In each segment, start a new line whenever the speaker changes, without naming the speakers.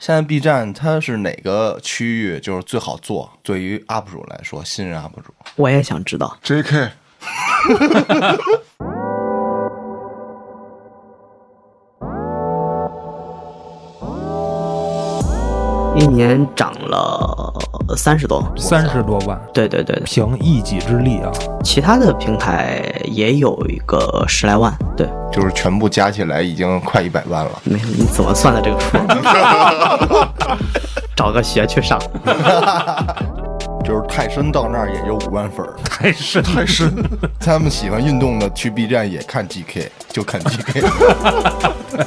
现在 B 站它是哪个区域就是最好做？对于 UP 主来说，新人 UP 主，
我也想知道。
J.K.
一年涨了三十多，
三十多万，
对对对，对
凭一己之力啊！
其他的平台也有一个十来万，对，
就是全部加起来已经快一百万了。
没有你怎么算的这个数？找个学去上。
就是泰森到那儿也有五万粉儿，
太深太深，
他们喜欢运动的去 B 站也看 GK，就看 GK。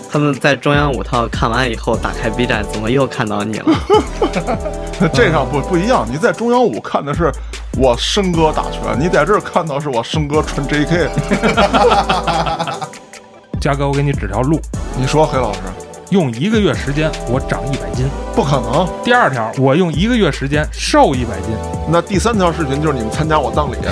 他们在中央五套看完以后，打开 B 站，怎么又看到你了？
这上不不一样，你在中央五看的是我申哥打拳，你在这儿看到是我申哥穿 J.K.
嘉哥，我给你指条路，
你说黑老师，
用一个月时间我长一百斤。
不可能。
第二条，我用一个月时间瘦一百斤。
那第三条视频就是你们参加我葬礼，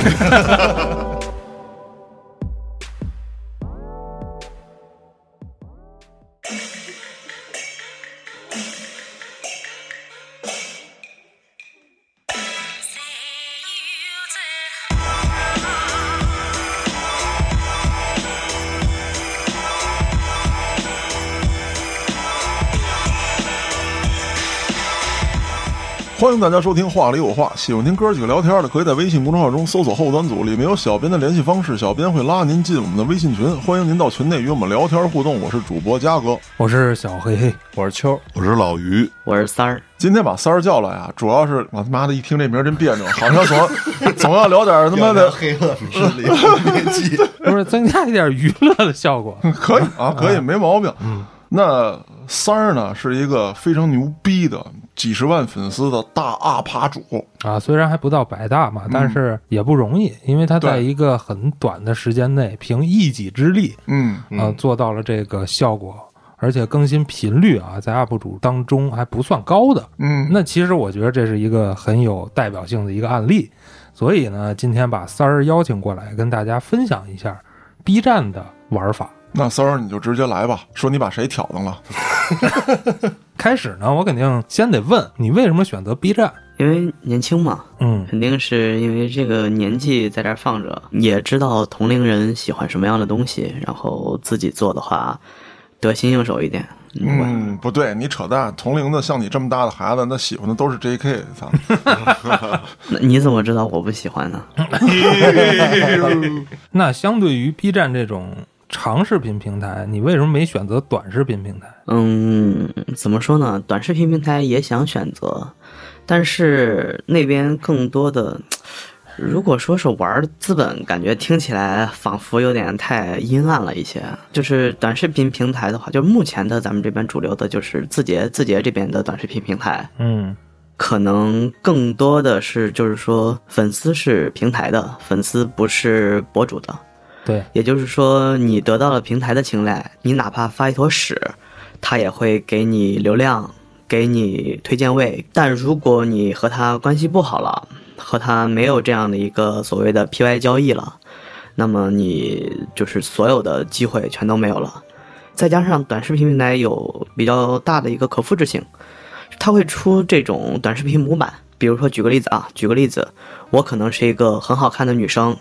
欢迎大家收听《话里有话》。喜欢听哥几个聊天的，可以在微信公众号中搜索“后端组”，里面有小编的联系方式，小编会拉您进我们的微信群。欢迎您到群内与我们聊天互动。我是主播嘉哥，
我是小黑黑，
我是秋，
我是老于，
我是三儿，
今天把三儿叫来啊，主要是我他妈的一听这名儿真别扭，好像总 总要聊点儿他妈的，
黑恶迷失里有边际。
不是增加一点娱乐的效 果。
可以啊，可以，没毛病。那三儿呢是一个非常牛逼的几十万粉丝的大 UP 主，
啊，虽然还不到百大嘛，但是也不容易，因为他在
对
一个很短的时间内，凭一己之力，
嗯，
啊，做到了这个效果，而且更新频率啊，在 UP 主当中还不算高的。
嗯
那其实我觉得这是一个很有代表性的一个案例，所以呢，今天把三儿邀请过来，跟大家分享一下 B 站的玩法。
那三儿你就直接来吧，说你把谁挑动了？
开始呢，我肯定先得问你为什么选择 B 站？
因为年轻嘛，
嗯，
肯定是因为这个年纪在这儿放着，也知道同龄人喜欢什么样的东西，然后自己做的话得心应手一点。嗯
嗯，不对，你扯淡。同龄的像你这么大的孩子，那喜欢的都是 J.K.，操！
那你怎么知道我不喜欢呢？
那相对于 B 站这种长视频平台，你为什么没选择短视频平台？
嗯，怎么说呢？短视频平台也想选择，但是那边更多的，如果说是玩儿资本，感觉听起来仿佛有点太阴暗了一些。就是短视频平台的话，就是目前的咱们这边主流的就是字节，字节这边的短视频平台，
嗯
可能更多的是就是说粉丝是平台的，粉丝不是博主的。，
对，
也就是说，你得到了平台的青睐，你哪怕发一坨屎，他也会给你流量，给你推荐位。但如果你和他关系不好了，和他没有这样的一个所谓的 PY 交易了，那么你就是所有的机会全都没有了。再加上短视频平台有比较大的一个可复制性，它会出这种短视频模板。比如说，举个例子啊，举个例子，我可能是一个很好看的女生，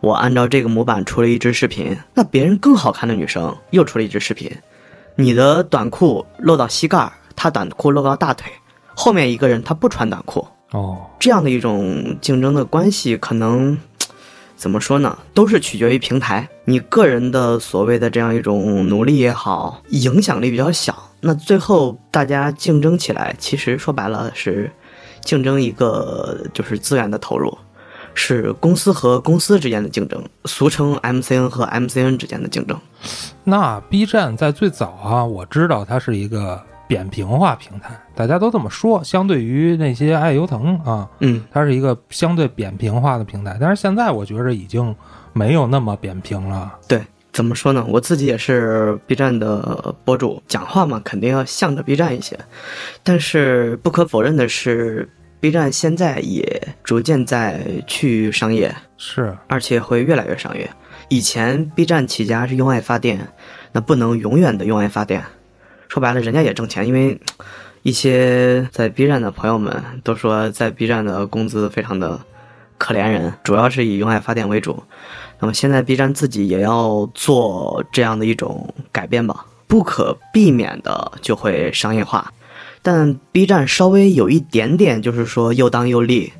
我按照这个模板出了一支视频，那别人更好看的女生又出了一支视频，你的短裤露到膝盖儿，她短裤露到大腿，后面一个人他不穿短裤，
哦，
这样的一种竞争的关系，可能怎么说呢，都是取决于平台，你个人的所谓的这样一种努力也好，影响力比较小，那最后大家竞争起来，其实说白了是竞争一个就是资源的投入。是公司和公司之间的竞争，俗称 MCN 和 MCN 之间的竞争。
那 B 站在最早啊，我知道它是一个扁平化平台，大家都这么说。相对于那些爱优腾啊，
嗯，
它是一个相对扁平化的平台，但是现在我觉着已经没有那么扁平了。
对，怎么说呢？我自己也是 B 站的博主，讲话嘛，肯定要向着 B 站一些。但是不可否认的是，B 站现在也逐渐在去商业，
是，
而且会越来越商业。以前 B 站起家是用爱发电，那不能永远的用爱发电。说白了，人家也挣钱，因为一些在 B 站的朋友们都说，在 B 站的工资非常的可怜人，主要是以用爱发电为主。那么现在 B 站自己也要做这样的一种改变吧，不可避免的就会商业化。但 B 站稍微有一点点，就是说又当又立，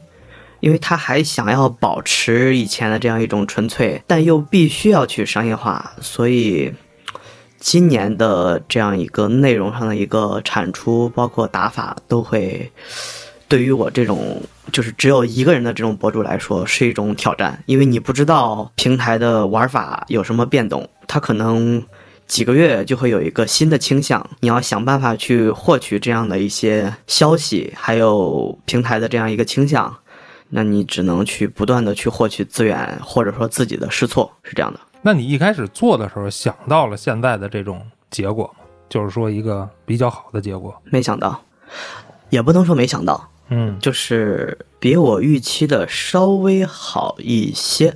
因为他还想要保持以前的这样一种纯粹，但又必须要去商业化，所以今年的这样一个内容上的一个产出，包括打法，都会对于我这种就是只有一个人的这种博主来说是一种挑战，因为你不知道平台的玩法有什么变动，它可能。几个月就会有一个新的倾向，你要想办法去获取这样的一些消息，还有平台的这样一个倾向，那你只能去不断的去获取资源，或者说自己的试错是这样的。
那你一开始做的时候想到了现在的这种结果吗？就是说一个比较好的结果。
没想到，也不能说没想到，
嗯，
就是比我预期的稍微好一些。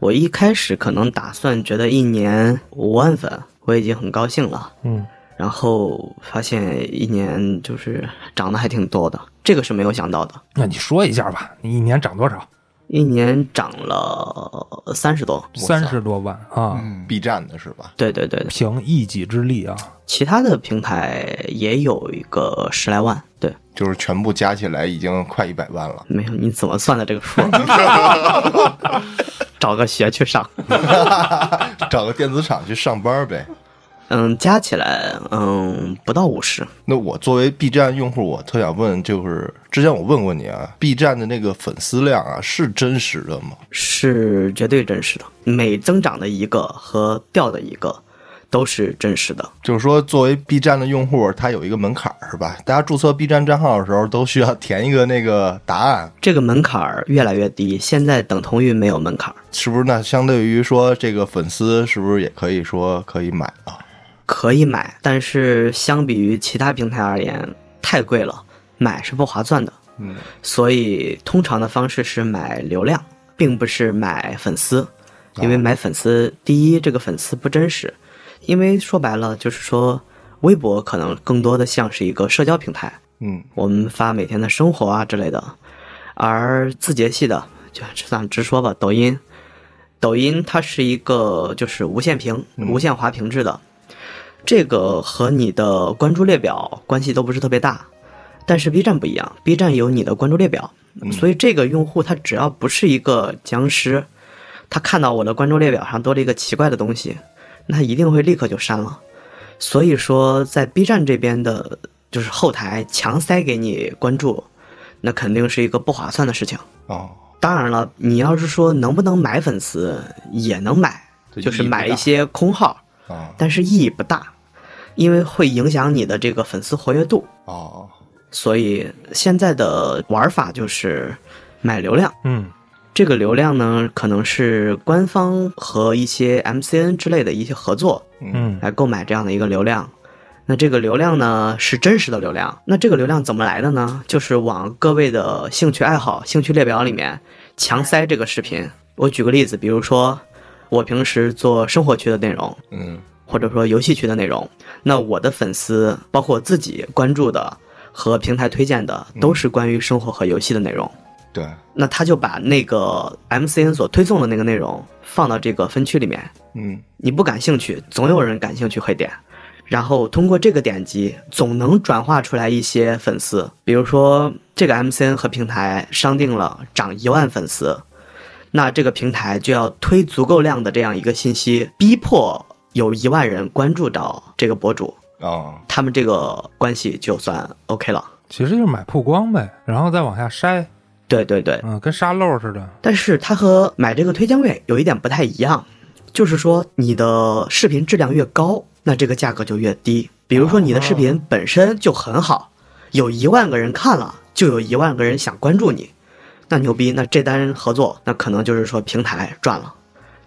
我一开始可能打算觉得一年五万粉我已经很高兴了，
嗯，
然后发现一年就是涨得还挺多的，这个是没有想到的。
那你说一下吧，你一年涨多少？
一年涨了三十多，
塞
三十多万啊，
B 站的是吧？
对对对，
凭一己之力啊，
其他的平台也有一个十来万，对，
就是全部加起来已经快一百万了。
没有你怎么算的这个数？啊找个学去上，
找个电子厂去上班呗。
嗯，加起来嗯不到五十，
那我作为 B 站用户，我特想问，就是之前我问过你啊，B 站的那个粉丝量啊，是真实的吗？
是绝对真实的。每增长的一个和掉的一个都是真实的，
就是说，作为 B 站的用户，它有一个门槛儿是吧？大家注册 B 站账号的时候，都需要 填一个那个答案，
这个门槛儿越来越低，现在等同于没有门槛儿，
是不是？那相对于说，这个粉丝是不是也可以说可以买啊？
可以买，但是相比于其他平台而言，太贵了，买是不划算的。
嗯，
所以通常的方式是买流量，并不是买粉丝，因为买粉丝，第一，这个粉丝不真实，因为说白了就是说，微博可能更多的像是一个社交平台，
嗯，
我们发每天的生活啊之类的，而字节系的就算直说吧，抖音，抖音它是一个就是无限屏、无限滑屏制的，这个和你的关注列表关系都不是特别大，但是 B 站不一样，B 站有你的关注列表，所以这个用户他只要不是一个僵尸，他看到我的关注列表上多了一个奇怪的东西，那他一定会立刻就删了。所以说，在 B 站这边的，就是后台强塞给你关注，那肯定是一个不划算的事情。
哦，
当然了，你要是说能不能买粉丝，也能买，
这
就是
意义不
买一
大
些空号，
啊，
但是意义不大，因为会影响你的这个粉丝活跃度。
哦，
所以现在的玩法就是买流量。
嗯，
这个流量呢，可能是官方和一些 MCN 之类的一些合作
嗯
来购买这样的一个流量。那这个流量呢是真实的流量，那这个流量怎么来的呢？就是往各位的兴趣爱好、兴趣列表里面强塞这个视频。我举个例子，比如说我平时做生活区的内容，
嗯，
或者说游戏区的内容，那我的粉丝包括我自己关注的和平台推荐的都是关于生活和游戏的内容。
对，
那他就把那个 MCN 所推送的那个内容放到这个分区里面，
嗯，
你不感兴趣，总有人感兴趣会点，然后通过这个点击，总能转化出来一些粉丝。比如说，这个 MCN 和平台商定了涨一万粉丝，那这个平台就要推足够量的这样一个信息，逼迫有一万人关注到这个博主，
哦，
他们这个关系就算 OK 了。
其实就是买曝光呗，然后再往下筛，
对对对，
嗯，跟沙漏似的，
但是它和买这个推荐位有一点不太一样，就是说你的视频质量越高，那这个价格就越低。比如说你的视频本身就很好，有一万个人看了，就有一万个人想关注你，那牛逼，那这单合作那可能就是说平台赚了。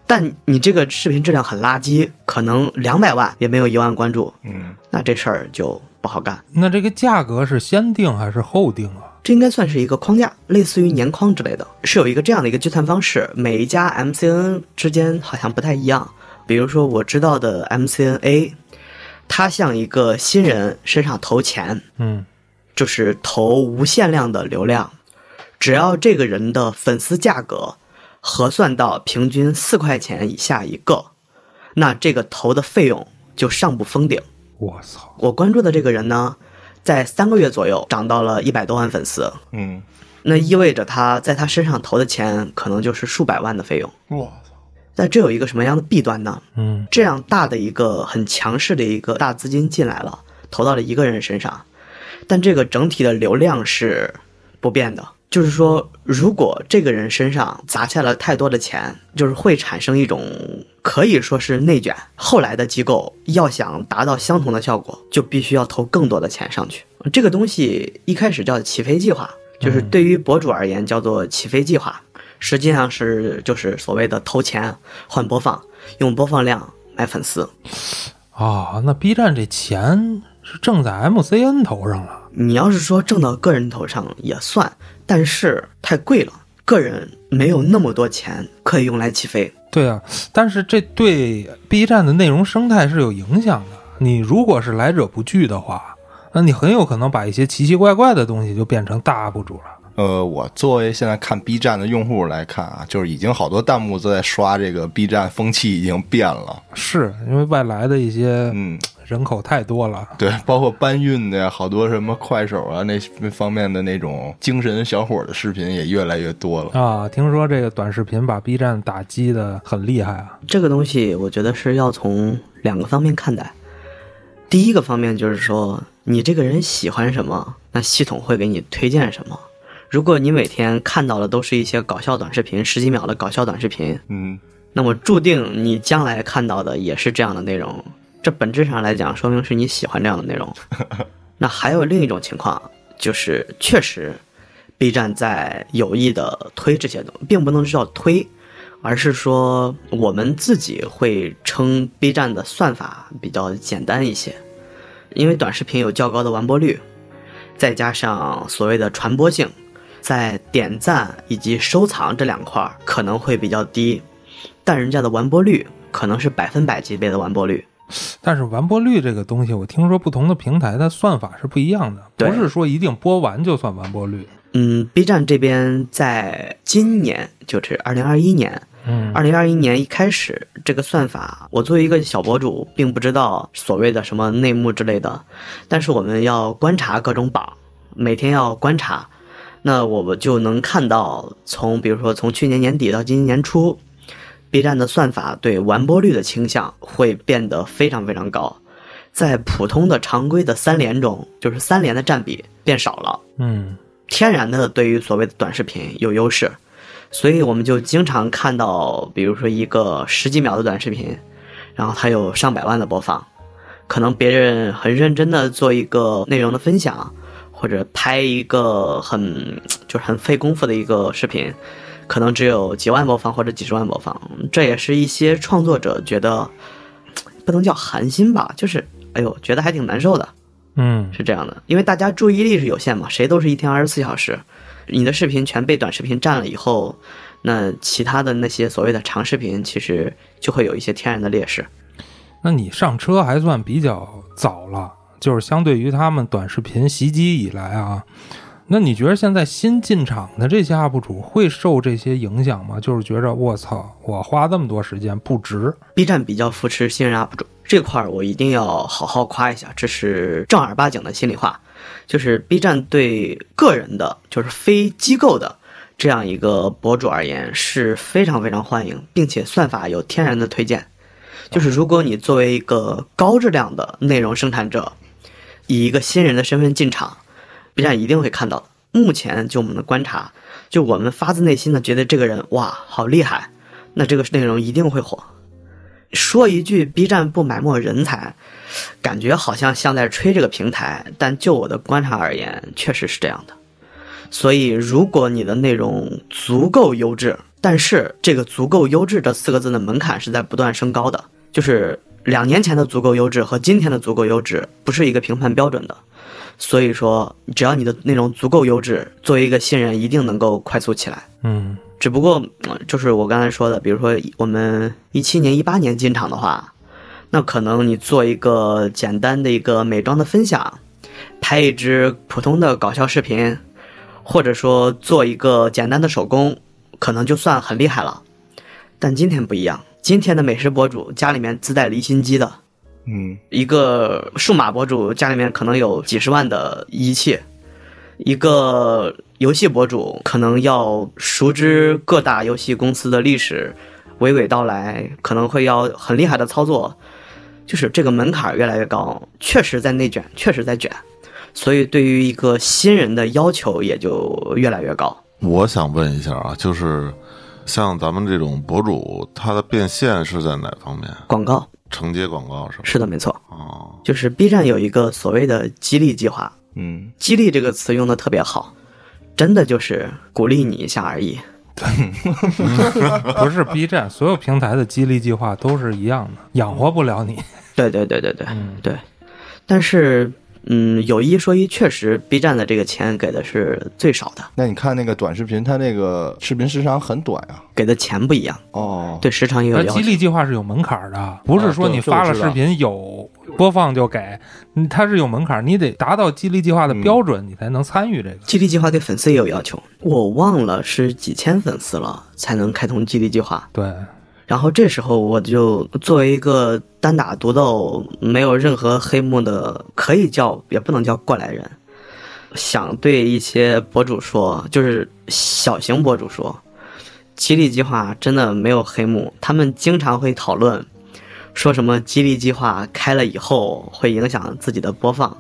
但你这个视频质量很垃圾，可能两百万也没有一万关注，
嗯，
那这事儿就不好干。
那这个价格是先定还是后定啊？
这应该算是一个框架，类似于年框之类的，是有一个这样的一个计算方式。每一家 MCN 之间好像不太一样。比如说我知道的 MCN A，它像一个新人身上投钱，
嗯，
就是投无限量的流量，只要这个人的粉丝价格核算到平均四块钱以下一个，那这个投的费用就上不封顶。
我操，
我关注的这个人呢，在三个月左右涨到了一百多万粉丝，
嗯，
那意味着他在他身上投的钱可能就是数百万的费用。
我操，
但这有一个什么样的弊端呢？
嗯，
这样大的一个很强势的一个大资金进来了，投到了一个人身上，但这个整体的流量是不变的。就是说，如果这个人身上砸下了太多的钱，就是会产生一种可以说是内卷。后来的机构要想达到相同的效果，就必须要投更多的钱上去。这个东西一开始叫起飞计划，就是对于博主而言叫做起飞计划，实际上是就是所谓的投钱换播放，用播放量买粉丝。
啊，那 B 站这钱是挣在 MCN 头上了，
你要是说挣到个人头上也算，但是太贵了，个人没有那么多钱可以用来起飞。
对啊，但是这对 B 站的内容生态是有影响的。你如果是来者不拒的话，那你很有可能把一些奇奇怪怪的东西就变成大 UP 主了。
呃，我作为现在看 B 站的用户来看啊，就是已经好多弹幕都在刷这个 B 站风气已经变了，
是因为外来的一些
嗯，
人口太多了，
对，包括搬运的呀，好多什么快手啊那那方面的那种精神小伙的视频也越来越多了。
啊，听说这个短视频把 B 站打击的很厉害啊。
这个东西我觉得是要从两个方面看待。第一个方面就是说，你这个人喜欢什么，那系统会给你推荐什么。如果你每天看到的都是一些搞笑短视频，十几秒的搞笑短视频，
嗯，
那么注定你将来看到的也是这样的内容。这本质上来讲，说明是你喜欢这样的内容。那还有另一种情况，就是确实，B 站在有意的推这些东西，并不能叫推，而是说我们自己会称 B 站的算法比较简单一些，因为短视频有较高的完播率，再加上所谓的传播性，在点赞以及收藏这两块儿可能会比较低，但人家的完播率可能是百分百级别的完播率。
但是完播率这个东西，我听说不同的平台它算法是不一样的，
对
不是说一定播完就算完播率。
嗯，B 站这边在今年，就是二零二一年，
嗯
二零二一年一开始，这个算法，我作为一个小博主，并不知道所谓的什么内幕之类的，但是我们要观察各种榜，每天要观察，那我们就能看到从比如说从去年年底到今年年初，B 站的算法对完播率的倾向会变得非常非常高，在普通的常规的三连中，就是三连的占比变少了。
嗯，
天然的对于所谓的短视频有优势，所以我们就经常看到，比如说一个十几秒的短视频，然后它有上百万的播放，可能别人很认真的做一个内容的分享，或者拍一个很就是很费功夫的一个视频，可能只有几万播放或者几十万播放，这也是一些创作者觉得不能叫寒心吧，就是哎呦觉得还挺难受的。
嗯，
是这样的，因为大家注意力是有限嘛，谁都是一天二十四小时，你的视频全被短视频占了以后，那其他的那些所谓的长视频，其实就会有一些天然的劣势。
那你上车还算比较早了，就是相对于他们短视频袭击以来啊。那你觉得现在新进场的这些 UP 主会受这些影响吗？就是觉着我操，我花这么多时间不值。
B 站比较扶持新人 UP 主这块儿，我一定要好好夸一下，这是正儿八经的心里话，就是 B 站对个人的，就是非机构的这样一个博主而言是非常非常欢迎，并且算法有天然的推荐。就是如果你作为一个高质量的内容生产者，以一个新人的身份进场，B 站一定会看到的。目前就我们的观察，就我们发自内心的觉得这个人哇好厉害，那这个内容一定会火。说一句 B 站不埋没人才，感觉好像像在吹这个平台，但就我的观察而言，确实是这样的。所以，如果你的内容足够优质，但是这个“足够优质”这四个字的门槛是在不断升高的，就是两年前的足够优质和今天的足够优质不是一个评判标准的。所以说，只要你的内容足够优质，作为一个新人，一定能够快速起来。
嗯
只不过、嗯就是我刚才说的，比如说我们一七年、一八年进场的话，那可能你做一个简单的一个美妆的分享，拍一支普通的搞笑视频，或者说做一个简单的手工，可能就算很厉害了。但今天不一样，今天的美食博主家里面自带离心机的，
嗯，
一个数码博主家里面可能有几十万的仪器，一个游戏博主可能要熟知各大游戏公司的历史，娓娓道来，可能会要很厉害的操作，就是这个门槛越来越高，确实在内卷，确实在卷，所以对于一个新人的要求也就越来越高。
我想问一下啊，就是像咱们这种博主，他的变现是在哪方面？
广告
承接广告是吧？
是的，没错，
哦，
就是 B 站有一个所谓的激励计划，
嗯，
激励这个词用的特别好，真的就是鼓励你一下而已。
不是 B 站，所有平台的激励计划都是一样的，养活不了你。
对对对对对、
嗯
对。但是，嗯，有一说一，确实 B 站的这个钱给的是最少的，
那你看那个短视频，它那个视频时长很短啊。
给的钱不一样，
哦，
对时长也有
而
要
呃激
求。
励计划是有门槛的，不是说
啊对
你发了
这我知
视
道
频有播放就给，嗯它是有门槛，你得达到激励计划的
嗯
标准，你才能参与这个。
激励计划对粉丝也有要求，我忘了是几千粉丝了才能开通激励计划。
对，
然后这时候我就作为一个单打独斗、没有任何黑幕的，可以叫也不能叫过来人，想对一些博主说，就是小型博主说，激励计划真的没有黑幕，他们经常会讨论，说什么激励计划开了以后会影响自己的播放，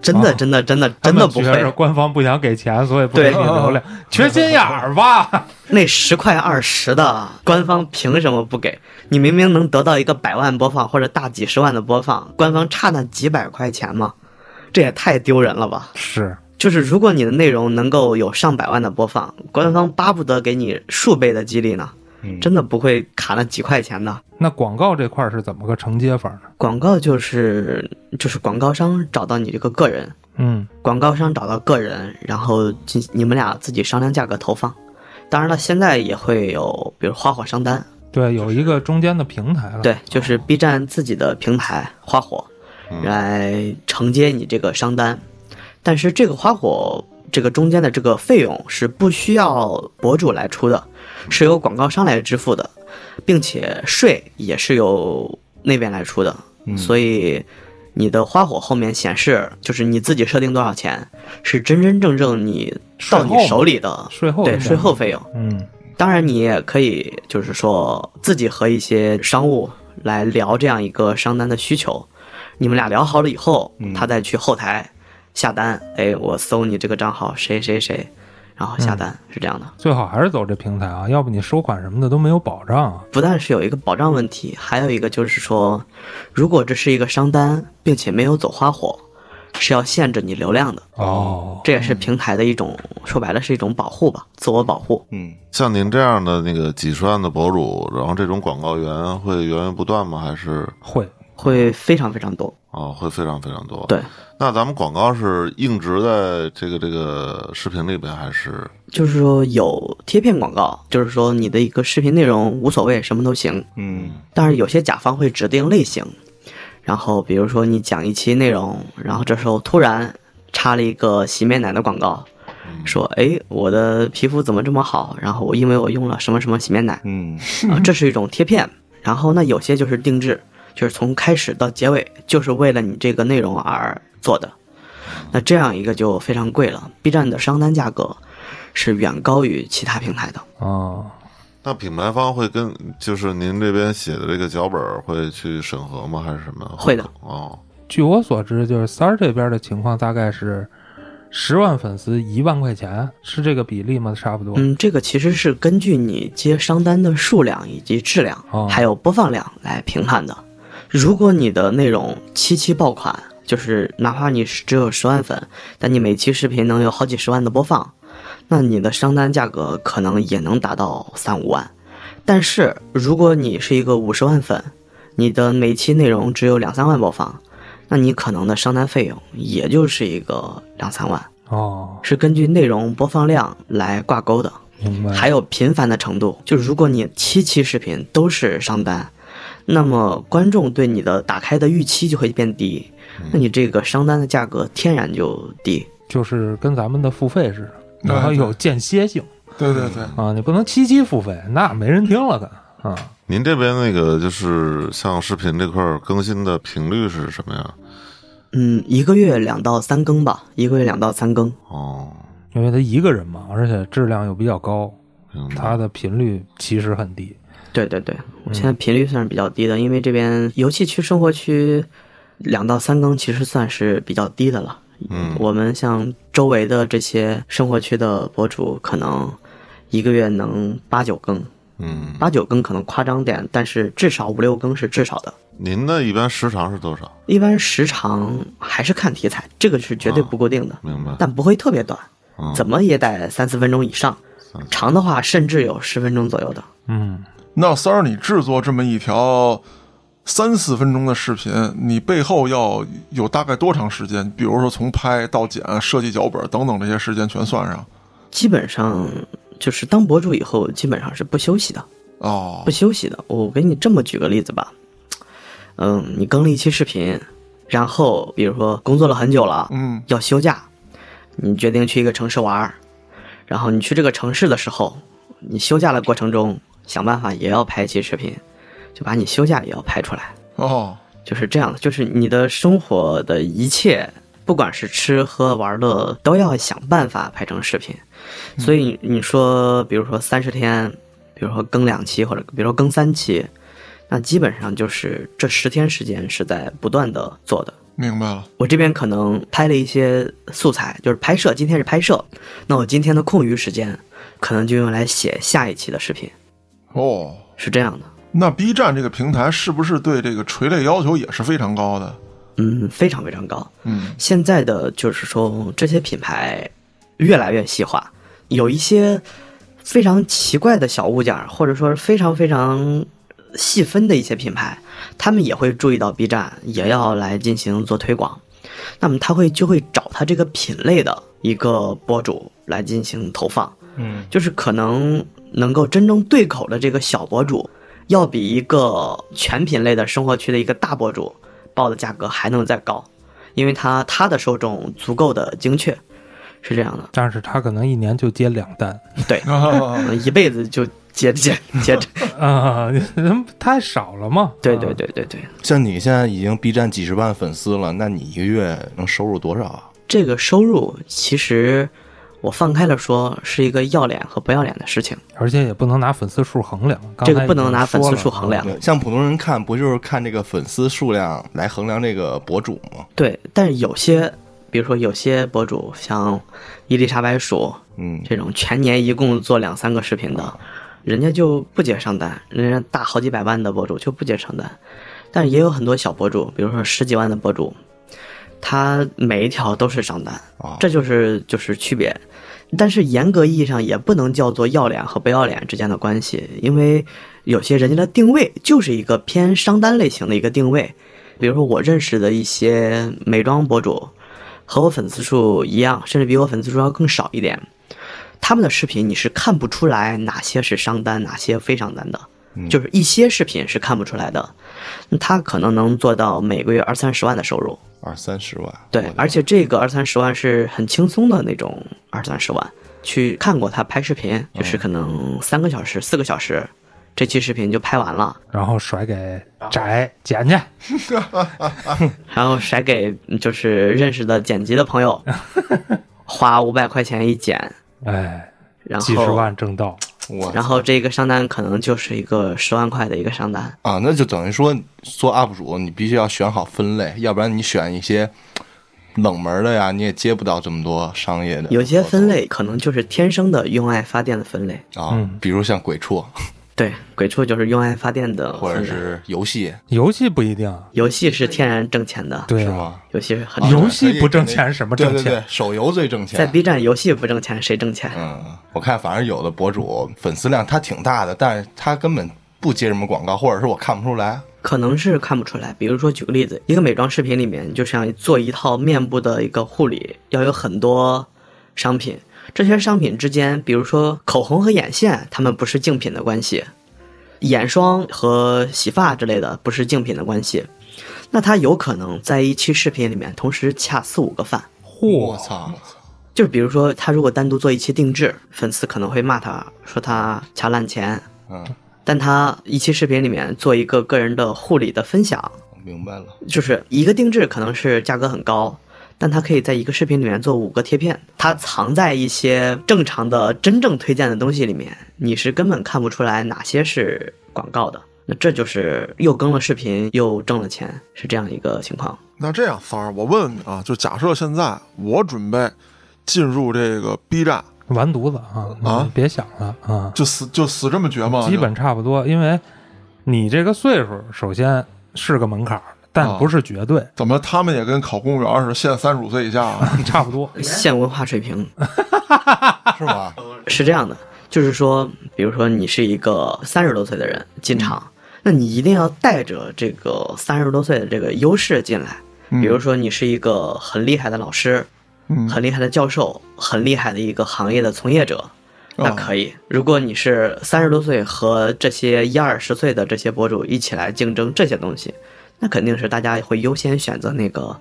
真的
哦
真的真的
他
真的
们
不
觉着
会，
官方不想给钱，所以不给你
对
流量， 缺心眼儿吧？
那十块二十的，官方凭什么不给？你明明能得到一个百万播放或者大几十万的播放，官方差那几百块钱吗？这也太丢人了吧！
是，
就是如果你的内容能够有上百万的播放，官方巴不得给你数倍的激励呢，真的不会卡那几块钱的。
那广告这块是怎么个承接法呢？
广告就是就是广告商找到你这个个人，
嗯，
广告商找到个人，然后进你们俩自己商量价格投放。当然了，现在也会有比如花火商单，
对，有一个中间的平台了。
对，就是 B 站自己的平台花火，
嗯
来承接你这个商单。但是这个花火这个中间的这个费用是不需要博主来出的，
嗯
是由广告商来支付的，并且税也是由那边来出的。
嗯
所以你的花火后面显示就是你自己设定多少钱，是真真正正你到
税后
你手里的
税后
对
的
税后费用。
嗯，
当然，你也可以就是说自己和一些商务来聊这样一个商单的需求，你们俩聊好了以后，他再去后台下单。哎，我搜你这个账号谁谁谁，然后下单、是这样的。
最好还是走这平台啊，要不你收款什么的都没有保障啊。
不但是有一个保障问题，还有一个就是说，如果这是一个商单，并且没有走花火，是要限制你流量的。
哦，
这也是平台的一种，说白了是一种保护吧，自我保护。
嗯，
像您这样的那个几十万的博主，然后这种广告源会源源不断吗？还是
会，
会非常非常多。
哦，会非常非常多？
对，
那咱们广告是硬植在这个这个视频里边，还是
就是说有贴片广告，就是说你的一个视频内容无所谓，什么都行。
嗯，
但是有些甲方会指定类型，然后比如说你讲一期内容，然后这时候突然插了一个洗面奶的广告，说：“哎，我的皮肤怎么这么好？然后我因为我用了什么什么洗面奶。”
嗯，
啊，这是一种贴片。然后呢，有些就是定制，就是从开始到结尾，就是为了你这个内容而做的。那这样一个就非常贵了，B 站的商单价格是远高于其他平台的。
哦，
那品牌方会跟就是您这边写的这个脚本会去审核吗？还是什么？
会的
哦，
据我所知，就是三儿这边的情况大概是十万粉丝一万块钱，是这个比例吗？差不多。
嗯，这个其实是根据你接商单的数量以及质量，
哦
还有播放量来评判的。如果你的内容期期爆款，就是哪怕你是只有十万粉，但你每期视频能有好几十万的播放，那你的商单价格可能也能达到三五万。但是如果你是一个五十万粉，你的每期内容只有两三万播放，那你可能的商单费用也就是一个两三万，
哦，
是根据内容播放量来挂钩的。
明白。
还有频繁的程度。就如果你七期视频都是上单，那么观众对你的打开的预期就会变低，那你这个商单的价格天然就低。
就是跟咱们的付费似的，然后
对
有间歇性
对对对，
啊，你不能期期付费，那没人听了的啊。
您这边那个就是像视频这块儿更新的频率是什么呀？
嗯，一个月两到三更吧，一个月两到三更。
哦，
因为他一个人嘛，而且质量又比较高，
明白。
它的频率其实很低。
对对对，我现在频率算是比较低的，因为这边油气区、生活区两到三更其实算是比较低的了。
嗯
我们像周围的这些生活区的博主，可能一个月能八九更，
嗯，
八九更可能夸张点，但是至少五六更是至少的。
您的一般时长是多少？
一般时长还是看题材，这个是绝对不固定的，
明白？
但不会特别短，
嗯
怎么也得啊三四分钟以上，长的话甚至有十分钟左右的。
嗯，
那三儿，你制作这么一条三四分钟的视频，你背后要有大概多长时间？比如说从拍到剪、设计脚本等等这些时间全算上。
基本上就是当博主以后，基本上是不休息的，
哦
不，休息的。我给你这么举个例子吧，嗯，你更了一期视频，然后比如说工作了很久了，
嗯，
要休假，你决定去一个城市玩儿，然后你去这个城市的时候，你休假的过程中想办法也要拍一期视频，就把你休假也要拍出来，
哦，
就是这样的，就是你的生活的一切，不管是吃喝玩乐，都要想办法拍成视频。所以你说，比如说三十天，比如说更两期，或者比如说更三期，那基本上就是这十天时间是在不断的做的。
明白了。
我这边可能拍了一些素材，就是拍摄，今天是拍摄，那我今天的空余时间，可能就用来写下一期的视频，
哦，
是这样的。
那 B 站这个平台是不是对这个垂类要求也是非常高的？
嗯，非常非常高。
嗯，
现在的就是说这些品牌越来越细化，有一些非常奇怪的小物件儿，或者说非常非常细分的一些品牌，他们也会注意到 B 站，也要来进行做推广。那么他会就会找他这个品类的一个博主来进行投放，
嗯，
就是可能能够真正对口的这个小博主，要比一个全品类的生活区的一个大博主报的价格还能再高，因为他他的受众足够的精确，是这样的，
但是他可能一年就接两单
对，
哦
嗯
啊，
一辈子就接着接接着，
啊，太少了嘛。
对对
啊，
对对对，
像你现在已经 B 站几十万粉丝了，那你一个月能收入多少啊？
这个收入其实我放开了说是一个要脸和不要脸的事情，
而且也不能拿粉丝数衡量，刚才
这个不能
已经
拿粉丝
说了
数衡量
啊
对，像普通人看，不就是看这个粉丝数量来衡量这个博主吗？
对，但是有些。比如说，有些博主像伊丽莎白鼠，
嗯，
这种全年一共做两三个视频的，
啊
人家就不接上单，人家大好几百万的博主就不接上单。但是也有很多小博主，比如说十几万的博主，他每一条都是上单
哦，
这就是就是区别。但是严格意义上也不能叫做要脸和不要脸之间的关系，因为有些人家的定位就是一个偏商单类型的一个定位。比如说我认识的一些美妆博主，和我粉丝数一样，甚至比我粉丝数要更少一点，他们的视频你是看不出来哪些是商单，哪些非商单的，就是一些视频是看不出来的。那他可能能做到每个月二三十万的收入，
二三十万，
对，而且这个二三十万是很轻松的那种二三十万。去看过他拍视频，就是
哦
可能三个小时、四个小时，这期视频就拍完了，
然后甩给翟捡去，
然后甩给就是认识的剪辑的 朋友，花五百块钱一剪，
哎，
然后
几十万挣到，
我
然后这个商单可能就是一个十万块的一个商单，
啊，那就等于说做 UP 主，你必须要选好分类，要不然你选一些冷门的呀，你也接不到这么多商业的。
有些分类可能就是天生的用爱发电的分类，
啊，
嗯
比如像鬼畜
对，鬼畜就是用爱发电的
或者
分类，
是游戏，
游戏不一定，啊
游戏是天然挣钱的，
对
是
啊，
吗？
游戏是很
啊
挣
游戏不挣
对
钱，
可以
什么挣
对对
钱
对？，手游最挣
在
钱。
B 站游戏不挣钱谁挣钱？
嗯，我看反正有的博主粉丝量他挺大的，但是他根本不接什么广告，或者是我看不出来。
可能是看不出来。比如说，举个例子，一个美妆视频里面，就像做一套面部的一个护理，要有很多商品。这些商品之间，比如说口红和眼线，它们不是竞品的关系；眼霜和洗发之类的不是竞品的关系。那他有可能在一期视频里面同时恰四五个饭。
我
嚯，
操！
就是比如说，他如果单独做一期定制，粉丝可能会骂他说他掐烂钱，
嗯，
但他一期视频里面做一个个人的护理的分享，
我嗯明白了。
就是一个定制可能是价格很高，但他可以在一个视频里面做五个贴片，它藏在一些正常的真正推荐的东西里面，你是根本看不出来哪些是广告的。那这就是又更了视频又挣了钱，是这样一个情况。
那这样，三儿，我问问你啊，就假设现在我准备进入这个 B 站，
完犊子啊！
啊
你别想了啊，
就死就死这么绝吗？
基本差不多，因为你这个岁数，首先是个门槛儿，但不是绝对，？
怎么他们也跟考公务员似的，限三十五岁以下、啊
差不多。
现文化水平
是吧？
是这样的，就是说，比如说你是一个三十多岁的人进场，那你一定要带着这个三十多岁的这个优势进来。比如说，你是一个很厉害的老师，
嗯
很厉害的教授，很厉害的一个行业的从业者，那可以。如果你是三十多岁和这些一二十岁的这些博主一起来竞争这些东西，那肯定是大家会优先选择那个，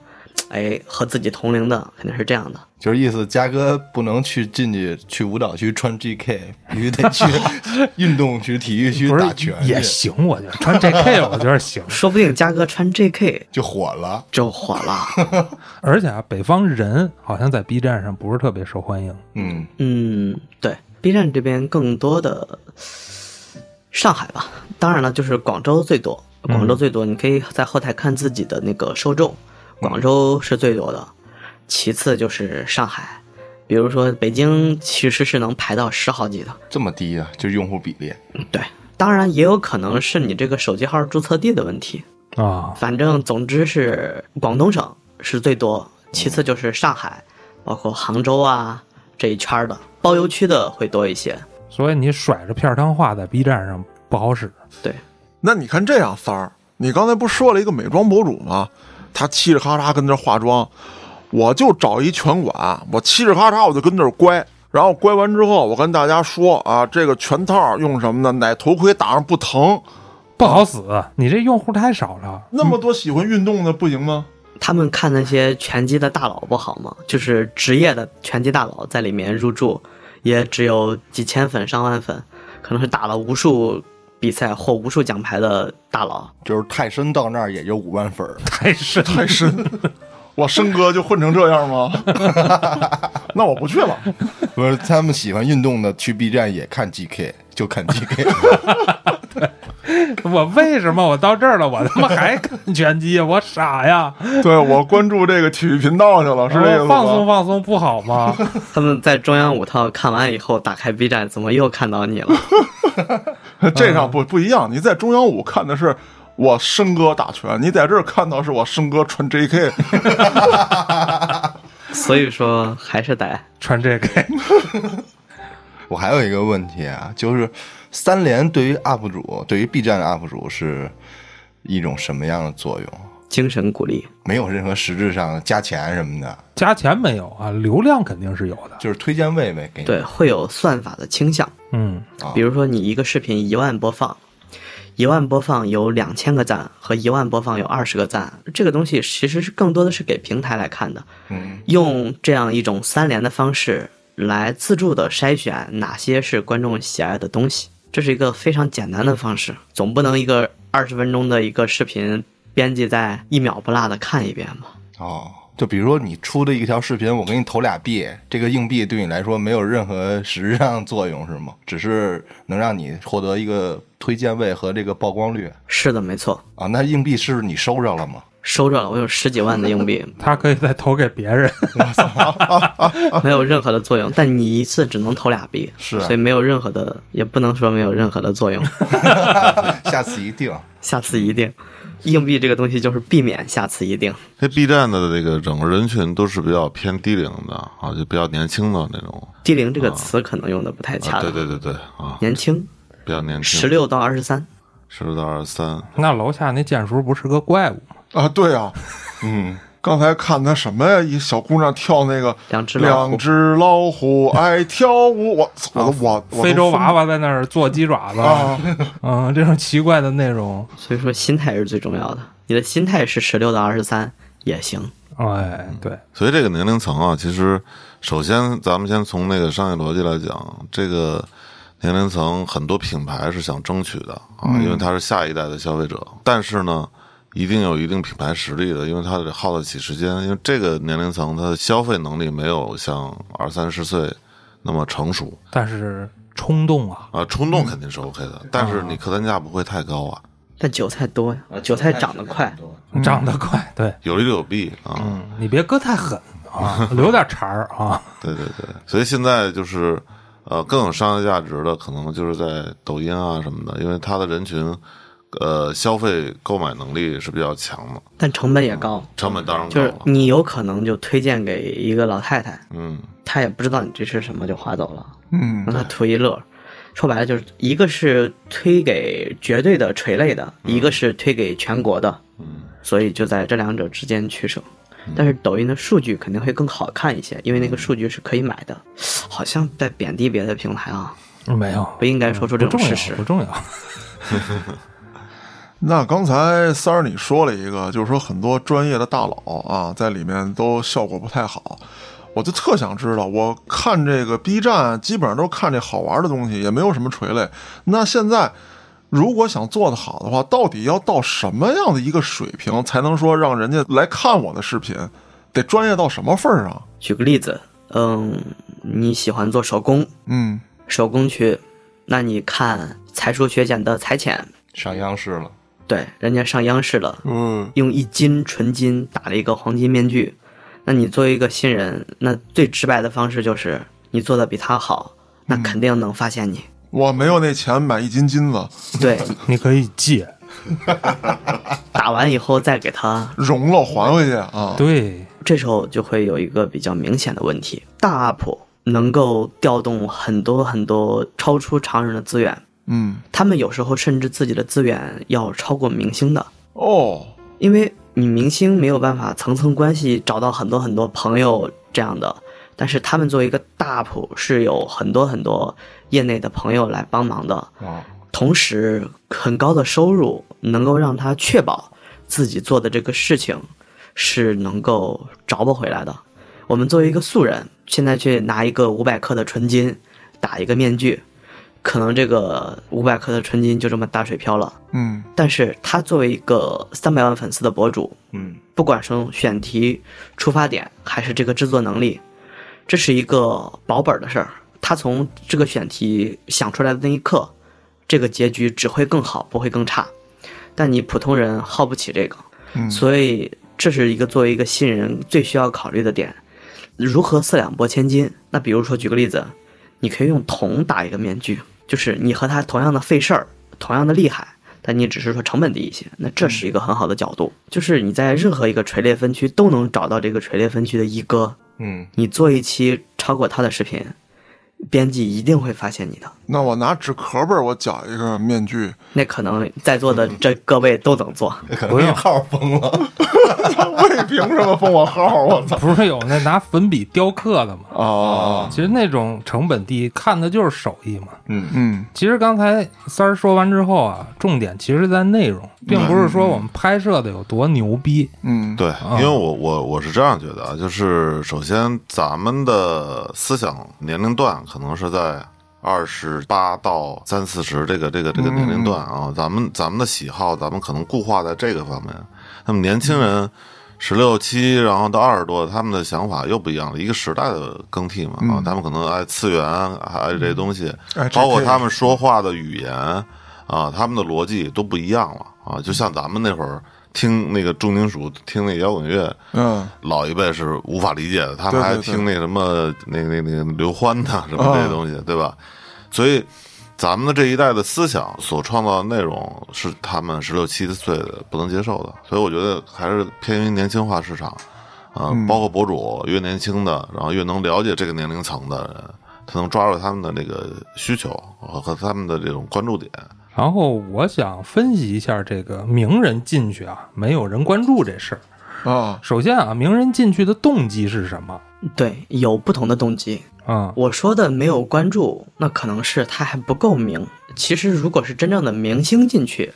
哎，和自己同龄的，肯定是这样的。
就是意思，嘉哥不能去进去去舞蹈区穿 GK，必须得去 运动区、体育区
不
打
是
拳
也
去，
行，我觉得穿 JK 我觉 得行，
说不定嘉哥穿 JK
就火了。
就火了。
而且啊，北方人好像在 B 站上不是特别受欢迎，
嗯，
嗯，对，B 站这边更多的上海吧，当然了，就是广州最多，广州最多，你可以在后台看自己的那个受众，广州是最多的，其次就是上海，比如说北京其实是能排到十好几的，
这么低啊，就用户比例。
对，当然也有可能是你这个手机号注册地的问题，
啊，
反正总之是广东省是最多，其次就是上海，包括杭州啊这一圈儿的，包邮区的会多一些。
所以你甩着片儿汤话在 B 站上不好使。
对，
那你看这样，三儿，你刚才不说了一个美妆博主吗？他嘁哩咔嚓跟那儿化妆，我就找一拳馆，我嘁哩咔嚓我就跟那儿乖，然后乖完之后，我跟大家说啊，这个拳套用什么呢？哪头盔打上不疼？
不好死，你这用户太少 了。
那么多喜欢运动的不行吗？
他们看那些拳击的大佬不好吗？就是职业的拳击大佬在里面入驻，也只有几千粉、上万粉，可能是打了无数比赛获无数奖牌的大佬。
就是泰森到那儿也就五万粉儿，
太深，
太深，我生哥就混成这样吗？ 那我不去了。
不是他们喜欢运动的，去 B 站也看 GK，就看 GK，
我为什么我到这儿了，我他妈还看拳击？我 傻呀！
对我关注这个体育频道去了，是这意思
我
吗？
放松放松不好吗？
他们在中央五套看完以后，打开 B 站，怎么又看到你了？
这上不不一样，你在中央五看的是我申哥打拳，你在这儿看到是我申哥穿 JK，
所以说还是得
穿这个，
我还有一个问题啊，就是三连对于 UP 主，对于 B 站的 UP 主是一种什么样的作用？
精神鼓励。
没有任何实质上的加钱什么的，
加钱没有啊？流量肯定是有的。
就是推荐位呗，给你。
对，会有算法的倾向。
嗯，
啊
比如说你一个视频一万播放，一万播放有两千个赞和一万播放有二十个赞，这个东西其实是更多的是给平台来看的，
嗯，
用这样一种三连的方式来自助的筛选哪些是观众喜爱的东西，这是一个非常简单的方式，总不能一个二十分钟的一个视频编辑在一秒不落的看一遍吧。
哦，就比如说你出的一条视频，我给你投俩币，这个硬币对你来说没有任何实质上作用，是吗？ 只是能让你获得一个推荐位和这个曝光率
是的，没错，
啊。那硬币是你收着了吗？
收着了，我有十几万的硬币，
他可以再投给别 人。
没有任何的作用，但你一次只能投俩币，
是啊
所以没有任何的，也不能说没有任何的 作用。
下次一定。
下次一定，硬币这个东西就是避免下次一定。
这 B 站的这个整个人群都是比较偏低龄的啊，就比较年轻的那种。
低龄这个词可能用的不太恰
啊，
当，
对对对对啊，
年轻，
比较年轻，
十六到二十三，
十六到二十三，
那楼下那剑叔不是个怪物吗？
啊，对 啊，
嗯，
刚才看他什么呀？一小姑娘跳那个
两只老虎
两只老虎爱跳舞，我操我都我
啊
我
非洲娃
娃
娃在那儿做鸡爪子，
啊，
嗯，这种奇怪的内容，
所以说心态是最重要的。你的心态是十六到二十三也行。
哎，对，
所以这个年龄层啊，其实首先咱们先从那个商业逻辑来讲，这个年龄层很多品牌是想争取的啊，因为他是下一代的消费者。但是呢，一定有一定品牌实力的，因为他得耗得起时间，因为这个年龄层他的消费能力没有像二三十岁那么成熟
但是冲动啊，
啊，冲动肯定是 OK 的，但是你客单价不会太高啊，
但韭菜多呀，啊韭菜长得快，
长得快，对，
有利就有弊啊。
嗯，你别割太狠 啊，留点茬儿啊，
对对对，所以现在就是呃更有商业价值的，可能就是在抖音啊什么的，因为它的人群呃消费购买能力是比较强的，
但成本也高。
成本当然高
就是
了。
你有可能就推荐给一个老太太，
嗯，
她也不知道你这是什么就划走了，
嗯
让她图一乐。说白了就是一个是推给绝对的垂类的，
嗯
一个是推给全国的，
嗯，
所以就在这两者之间取舍。
嗯
但是抖音的数据肯定会更好看一些，因为那个数据是可以买的。好像在贬低别的平台啊，
没有，
不应该说出
嗯不
这种
重要
事，实
不。重要，
那刚才三儿你说了一个，就是说很多专业的大佬啊，在里面都效果不太好，我就特想知道，我看这个 B 站基本上都是看这好玩的东西，也没有什么垂类。那现在如果想做得好的话，到底要到什么样的一个水平，才能说让人家来看我的视频，得专业到什么份儿上？
举个例子，嗯，你喜欢做手工，
嗯，
手工区，那你看才疏学浅的裁浅，
上央视了，
对，人家上央视了，
嗯，
用一斤纯金打了一个黄金面具。那你作为一个新人，那最直白的方式就是你做的比他好，那肯定能发现你。
我没有那钱买一斤金子，
对，
你可以借，
打完以后再给他，
融了还回去啊。
对，
这时候就会有一个比较明显的问题：大 UP 能够调动很多很多超出常人的资源，
嗯，
他们有时候甚至自己的资源要超过明星的。
哦，
因为你明星没有办法层层关系找到很多很多朋友这样的，但是他们作为一个大 UP 是有很多很多业内的朋友来帮忙的，
啊，
同时很高的收入能够让他确保自己做的这个事情是能够着不回来的。我们作为一个素人，现在去拿一个五百克的纯金打一个面具，可能这个五百克的纯金就这么打水漂了。
嗯，
但是他作为一个三百万粉丝的博主，
嗯，
不管是从选题、出发点，还是这个制作能力，这是一个保本的事儿。他从这个选题想出来的那一刻，这个结局只会更好，不会更差。但你普通人耗不起这个，所以这是一个作为一个新人最需要考虑的点，如何四两拨千斤？那比如说举个例子，你可以用铜打一个面具，就是你和他同样的费事儿，同样的厉害，但你只是说成本低一些，那这是一个很好的角度，就是你在任何一个垂类分区都能找到这个垂类分区的一哥，
嗯，
你做一期超过他的视频，编辑一定会发现你的。
那我拿纸壳儿，我绞一个面具，
那可能在座的这各位都能做，
可能那号封了，
为凭什么封我号？我操！
不是有那拿粉笔雕刻的吗？
啊，
其实那种成本低，看的就是手艺嘛。
嗯，
嗯
其实刚才三儿说完之后啊，重点其实在内容，并不是说我们拍摄的有多牛逼，
嗯，
对，因为我我我是这样觉得啊，就是首先咱们的思想年龄段可能是在二十八到三四十这个这个这个年龄段啊，咱们咱们的喜好，咱们可能固化在这个方面。那么年轻人十六七，然后到二十多，他们的想法又不一样了，一个时代的更替嘛啊，他们可能爱次元，爱这东西
哎，
包括
这这
他们说话的语言。啊，他们的逻辑都不一样了啊，就像咱们那会儿听那个重金属、听那摇滚乐，
嗯，
老一辈是无法理解的，他们
对
还
对对
听那个什么那那那个刘欢呐、什么这些东西，对吧？所以咱们的这一代的思想所创造的内容是他们十六七岁的不能接受的，所以我觉得还是偏于年轻化市场啊、包括博主越年轻的，然后越能了解这个年龄层的人，他能抓住他们的那个需求和和他们的这种关注点。
然后我想分析一下这个名人进去啊，没有人关注这事儿。
啊，
首先啊，名人进去的动机是什么？
对，有不同的动机。
啊、
我说的没有关注，那可能是他还不够名。其实如果是真正的明星进去，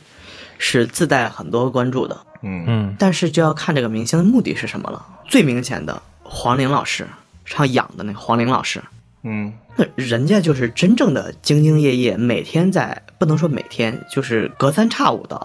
是自带很多关注的，
嗯
嗯
但是就要看这个明星的目的是什么了。最明显的，黄龄老师唱《痒》的那个黄龄老师，
嗯
那人家就是真正的兢兢业业，每天在不能说每天，就是隔三差五的，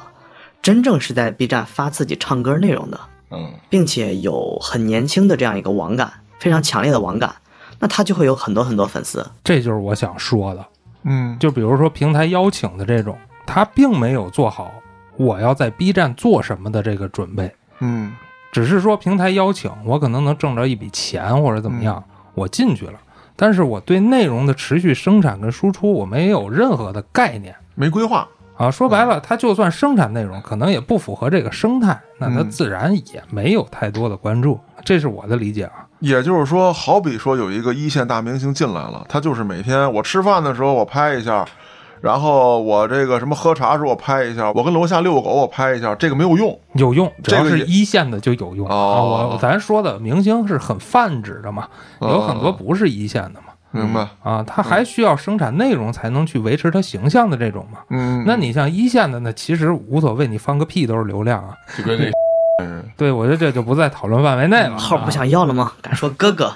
真正是在 B 站发自己唱歌内容的，
嗯
并且有很年轻的这样一个网感，非常强烈的网感，那他就会有很多很多粉丝。
这就是我想说的。
嗯，
就比如说平台邀请的这种，他并没有做好我要在 B 站做什么的这个准备，
嗯
只是说平台邀请我可能能挣着一笔钱或者怎么样，
嗯
我进去了。但是我对内容的持续生产跟输出，我没有任何的概念
没规划，
啊。说白了，它就算生产内容，可能也不符合这个生态，那它
嗯
自然也没有太多的关注。这是我的理解啊。
也就是说，好比说有一个一线大明星进来了，他就是每天我吃饭的时候我拍一下，然后我这个什么喝茶的时候我拍一下，我跟楼下遛狗我拍一下，这个没有用。
有用，只要
这个
是
也
一线的就有用、
哦
啊。我咱说的明星是很泛指的嘛，有很多不是一线的嘛。
明白？
啊，他
嗯
还需要生产内容才能去维持他形象的这种嘛。
嗯，
那你像一线的呢，其实无所谓，你放个屁都是流量啊。
就跟 那嗯
对我觉得这就不在讨论范围内了。啊
号不想要了吗？敢说哥哥，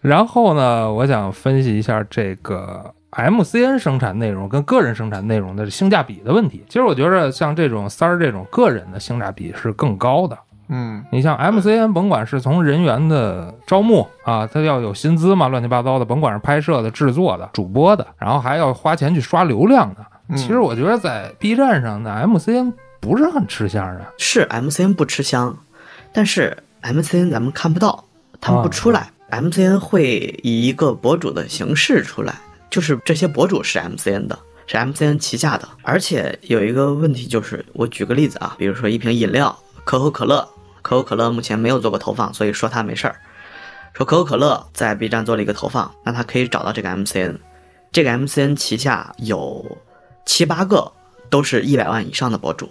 然后呢，我想分析一下这个 MCN 生产内容跟个人生产内容的性价比的问题。其实我觉得像这种三儿这种个人的性价比是更高的。
嗯
你像 MCN，甭管是从人员的招募啊，他要有薪资嘛，乱七八糟的，甭管是拍摄的、制作的、主播的，然后还要花钱去刷流量的。其实我觉得在 B 站上呢，MCN 不是很吃香啊的。
是 MCN 不吃香，但是 MCN 咱们看不到，他们不出来。MCN 会以一个博主的形式出来，就是这些博主是 MCN 的，是 MCN 旗下的。而且有一个问题就是，我举个例子啊，比如说一瓶饮料，可口可乐，可口可乐目前没有做过投放，所以说它没事儿。说可口可乐在 B 站做了一个投放，那他可以找到这个 MCN，这个 MCN 旗下有七八个都是一百万以上的博主，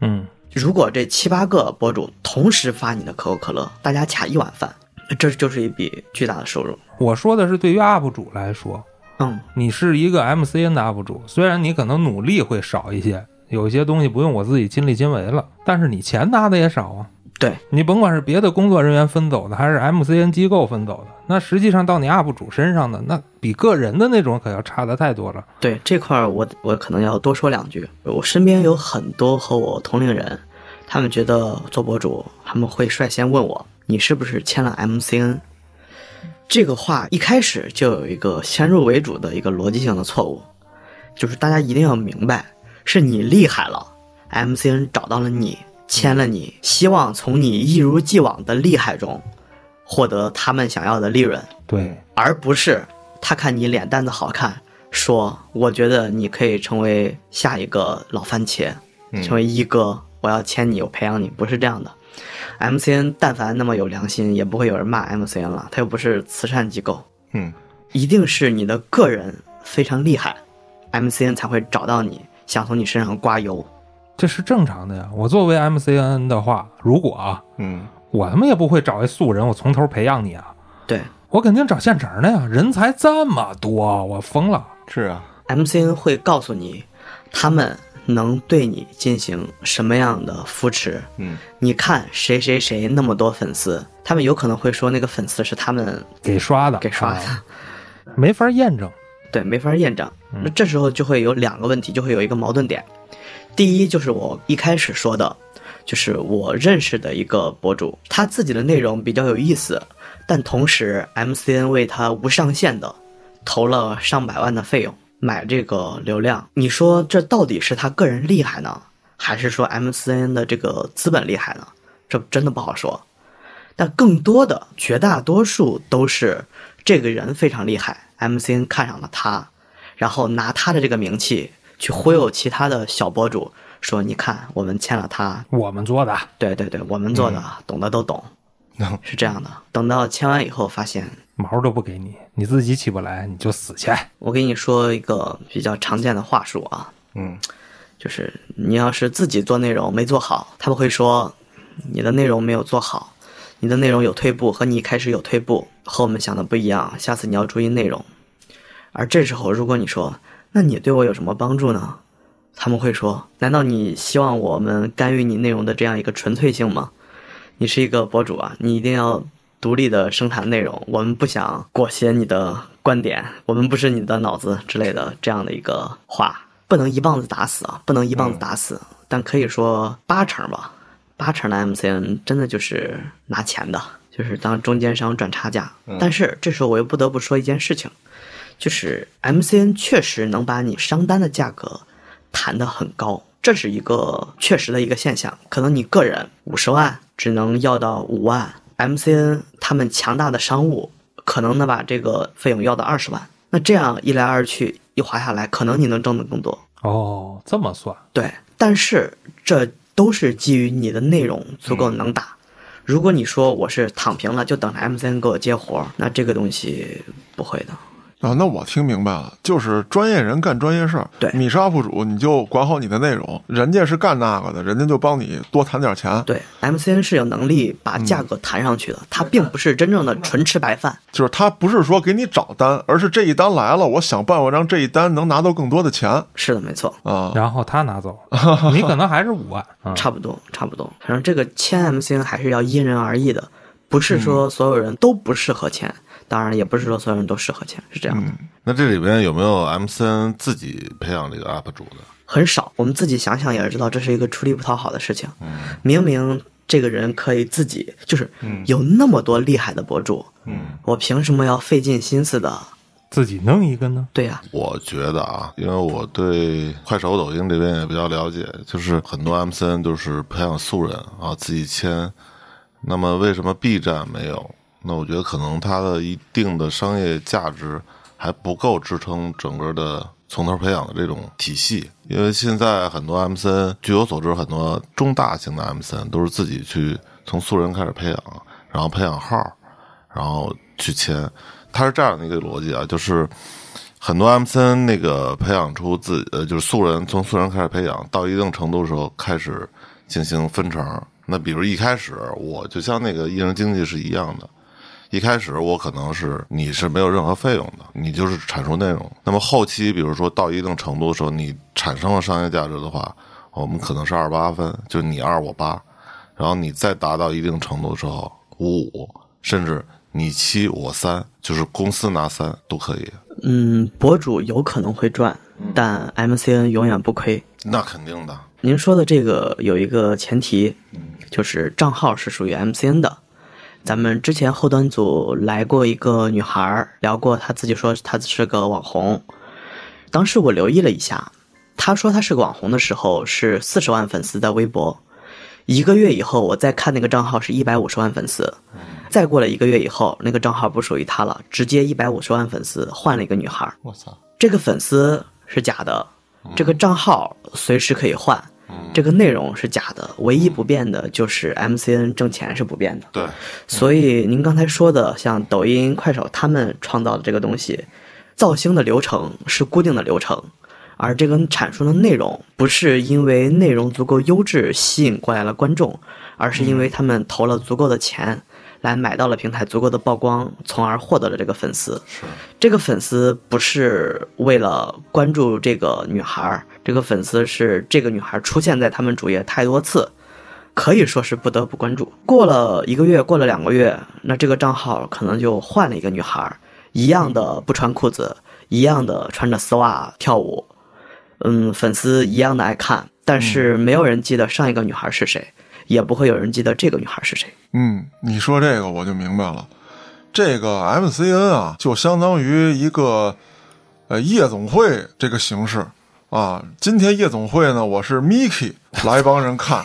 嗯，
如果这七八个博主同时发你的可口可乐，大家卡一碗饭，这就是一笔巨大的收入。
我说的是对于 UP 主来说，
嗯，
你是一个 MCN 的 UP 主，虽然你可能努力会少一些，有一些东西不用我自己亲力亲为了，但是你钱拿的也少啊。
对，
你甭管是别的工作人员分走的，还是 MCN 机构分走的，那实际上到你 UP 主身上的，那比个人的那种可要差的太多了。
对这块儿我我可能要多说两句。我身边有很多和我同龄人，他们觉得做博主，他们会率先问我你是不是签了 MCN。这个话一开始就有一个先入为主的一个逻辑性的错误，就是大家一定要明白，是你厉害了，MCN 找到了你，签了你，希望从你一如既往的厉害中，获得他们想要的利润。
对，
而不是他看你脸蛋子好看，说我觉得你可以成为下一个老番茄，成为一哥，我要签你，我培养你，不是这样的。MCN 但凡那么有良心，也不会有人骂 MCN 了，他又不是慈善机构，
嗯
一定是你的个人非常厉害，MCN 才会找到你，想从你身上刮油。
这是正常的呀。我作为 MCN 的话，如果啊，
嗯
我他妈也不会找一素人，我从头培养你啊，
对
我肯定找现成的呀。人才这么多，我疯了。
是啊，
，MCN 会告诉你，他们能对你进行什么样的扶持，
嗯
你看谁谁谁那么多粉丝，他们有可能会说那个粉丝是他们
给刷的，
给刷的，
啊没法验证。
对，没法验证。那这时候就会有两个问题，就会有一个矛盾点。第一就是我一开始说的，就是我认识的一个博主，他自己的内容比较有意思，但同时 MCN 为他无上限的投了上百万的费用买这个流量。你说这到底是他个人厉害呢，还是说 MCN 的这个资本厉害呢？这真的不好说。但更多的绝大多数都是这个人非常厉害，MCN 看上了他，然后拿他的这个名气去忽悠其他的小博主，说你看我们签了他，
我们做的，
对对对，我们做的，懂的都懂，是这样的。等到签完以后，发现
毛都不给你，你自己起不来你就死去。
我给你说一个比较常见的话术啊，
嗯
就是你要是自己做内容没做好，他们会说你的内容没有做好，你的内容有退步，和你一开始有退步，和我们想的不一样，下次你要注意内容。而这时候，如果你说那你对我有什么帮助呢？他们会说，难道你希望我们干预你内容的这样一个纯粹性吗？你是一个博主啊，你一定要独立的生产内容，我们不想裹挟你的观点，我们不是你的脑子之类的这样的一个话，不能一棒子打死啊，不能一棒子打死，但可以说八成吧，八成的 MCN 真的就是拿钱的，就是当中间商赚差价。但是这时候我又不得不说一件事情，就是 MCN 确实能把你商单的价格谈得很高，这是一个确实的一个现象。可能你个人五十万只能要到五万，MCN 他们强大的商务可能能把这个费用要到二十万。那这样一来二去一划下来，可能你能挣得更多。
哦，这么算，
对，但是这都是基于你的内容足够能打。如果你说我是躺平了，就等着 MCN 给我接活儿，那这个东西不会的。
啊，那我听明白了，就是专业人干专业事儿。
对
你是 UP 主，你就管好你的内容；人家是干那个的，人家就帮你多谈点钱。
对，MCN 是有能力把价格谈上去的，它并不是真正的纯吃白饭。
就是他不是说给你找单，而是这一单来了，我想办法让这一单能拿到更多的钱
是的，没错，
啊。
然后他拿走，你可能还 是五万，嗯
差不多，差不多。反正这个签 MCN 还是要因人而异的，不是说所有人都不适合签，当然也不是说所有人都适合签，是这样的。
那这里边有没有 MCN 自己培养这个 UP 主的？
很少。我们自己想想也知道，这是一个出力不讨好的事情。明明这个人可以自己，就是有那么多厉害的博主，
嗯，
我凭什么要费尽心思的？
自己弄一个呢？
对呀、
我觉得啊，因为我对快手、抖音这边也比较了解，就是很多 MCN 都是培养素人啊，自己签。那么为什么 B 站没有？那我觉得可能它的一定的商业价值还不够支撑整个的从头培养的这种体系，因为现在很多 MCN，据我所知，很多中大型的 MCN 都是自己去从素人开始培养，然后培养号，然后去签。它是这样的一个逻辑啊，就是很多 MCN 那个培养出自呃就是素人，从素人开始培养到一定程度的时候，开始进行分成。那比如一开始我就像那个艺人经济是一样的，一开始我可能是你是没有任何费用的，你就是产出内容。那么后期比如说到一定程度的时候，你产生了商业价值的话，我们可能是二八分，就是你二我八，然后你再达到一定程度之后，五五，甚至你七我三，就是公司拿三都可以。
嗯，博主有可能会赚，但 MCN 永远不亏。
那肯定的，
您说的这个有一个前提，
嗯
就是账号是属于 MCN 的。咱们之前后端组来过一个女孩儿，聊过，她自己说她是个网红。当时我留意了一下，她说她是个网红的时候是四十万粉丝在微博，一个月以后我再看那个账号是一百五十万粉丝，
嗯
再过了一个月以后，那个账号不属于她了，直接一百五十万粉丝换了一个女孩儿。
我操，
这个粉丝是假的，这个账号随时可以换，这个内容是假的，唯一不变的就是 MCN 挣钱是不变的。
对，
所以您刚才说的，像抖音、快手他们创造的这个东西，造星的流程是固定的流程，而这个产出的内容不是因为内容足够优质吸引过来了观众，而是因为他们投了足够的钱。来买到了平台足够的曝光，从而获得了这个粉丝。这个粉丝不是为了关注这个女孩儿，这个粉丝是这个女孩儿出现在他们主页太多次，可以说是不得不关注。过了一个月，过了两个月，那这个账号可能就换了一个女孩儿，一样的不穿裤子，一样的穿着丝袜跳舞，嗯，粉丝一样的爱看，但是没有人记得上一个女孩是谁，也不会有人记得这个女孩是谁。
嗯，你说这个我就明白了，这个 MCN 啊，就相当于一个呃夜总会这个形式啊。今天夜总会呢，我是 Miki 来帮人看；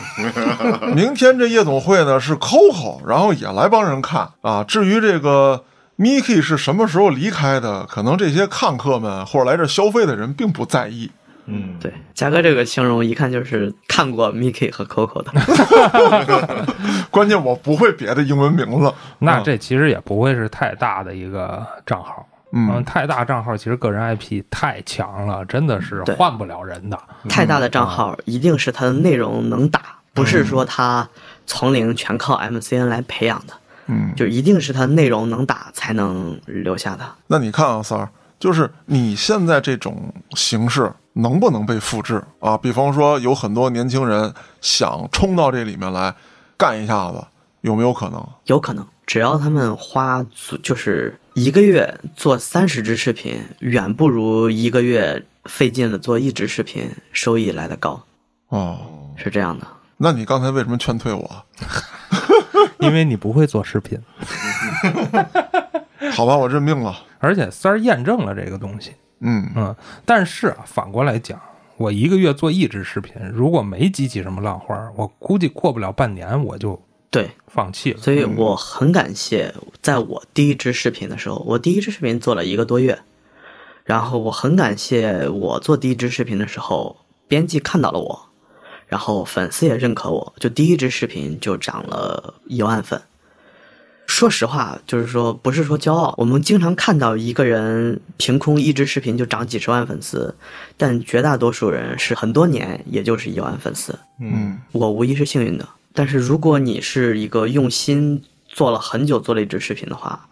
明天这夜总会呢是 Coco，然后也来帮人看啊。至于这个 Miki 是什么时候离开的，可能这些看客们或者来这消费的人并不在意。
嗯，
对，嘉哥这个形容一看就是看过 Miki 和 Coco 的。
关键我不会别的英文名字，
那这其实也不会是太大的一个账号。
嗯，
太大账号其实个人 IP 太强了，真的是
对
换不了人的。
太大的账号一定是它的内容能打，不是说它从零全靠 MCN 来培养的，
嗯，
就一定是它内容能打才能留下它。
那你看啊，三儿，就是你现在这种形式能不能被复制啊？比方说，有很多年轻人想冲到这里面来干一下子，有没有可能？
有可能，只要他们花足就是一个月做三十支视频，远不如一个月费劲的做一支视频收益来的高，
哦，
是这样的。
那你刚才为什么劝退我？
因为你不会做视频，
好吧，我认命了。
而且三儿验证了这个东西，
嗯，
嗯，但是啊，反过来讲，我一个月做一支视频，如果没激起什么浪花，我估计过不了半年我就
对，
放弃了。
所以我很感谢，在我第一支视频的时候，我第一支视频做了一个多月，然后我很感谢我做第一支视频的时候，编辑看到了我，然后粉丝也认可我，就第一支视频就涨了一万粉。说实话，就是说不是说骄傲，我们经常看到一个人凭空一支视频就涨几十万粉丝，但绝大多数人是很多年也就是一万粉丝。
嗯
我无疑是幸运的。但是如果你是一个用心做了很久做了一支视频的话，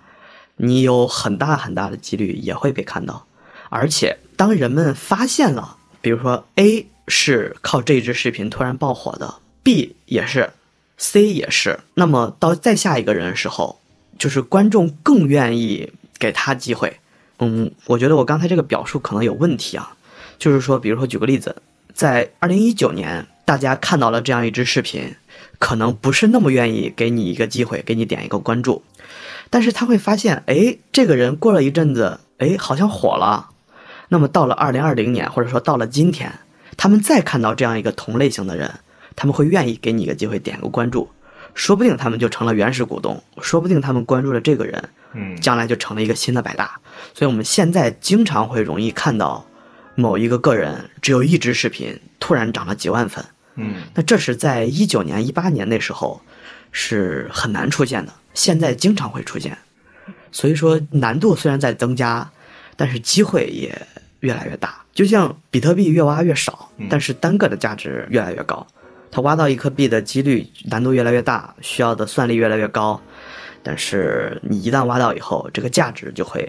你有很大很大的几率也会被看到。而且当人们发现了，比如说 A 是靠这支视频突然爆火的，B 也是，C 也是，那么到再下一个人的时候，就是观众更愿意给他机会。嗯，我觉得我刚才这个表述可能有问题啊，就是说，比如说举个例子，在二零一九年，大家看到了这样一支视频，可能不是那么愿意给你一个机会，给你点一个关注，但是他会发现，哎，这个人过了一阵子，哎，好像火了。那么到了二零二零年，或者说到了今天，他们再看到这样一个同类型的人，他们会愿意给你一个机会，点个关注，说不定他们就成了原始股东，说不定他们关注了这个人，
嗯
将来就成了一个新的百大。所以我们现在经常会容易看到某一个个人只有一支视频突然涨了几万粉，
嗯
那这是在一九年、一八年那时候是很难出现的，现在经常会出现。所以说难度虽然在增加，但是机会也越来越大。就像比特币越挖越少，但是单个的价值越来越高，它挖到一颗币的几率难度越来越大，需要的算力越来越高，但是你一旦挖到以后，这个价值就会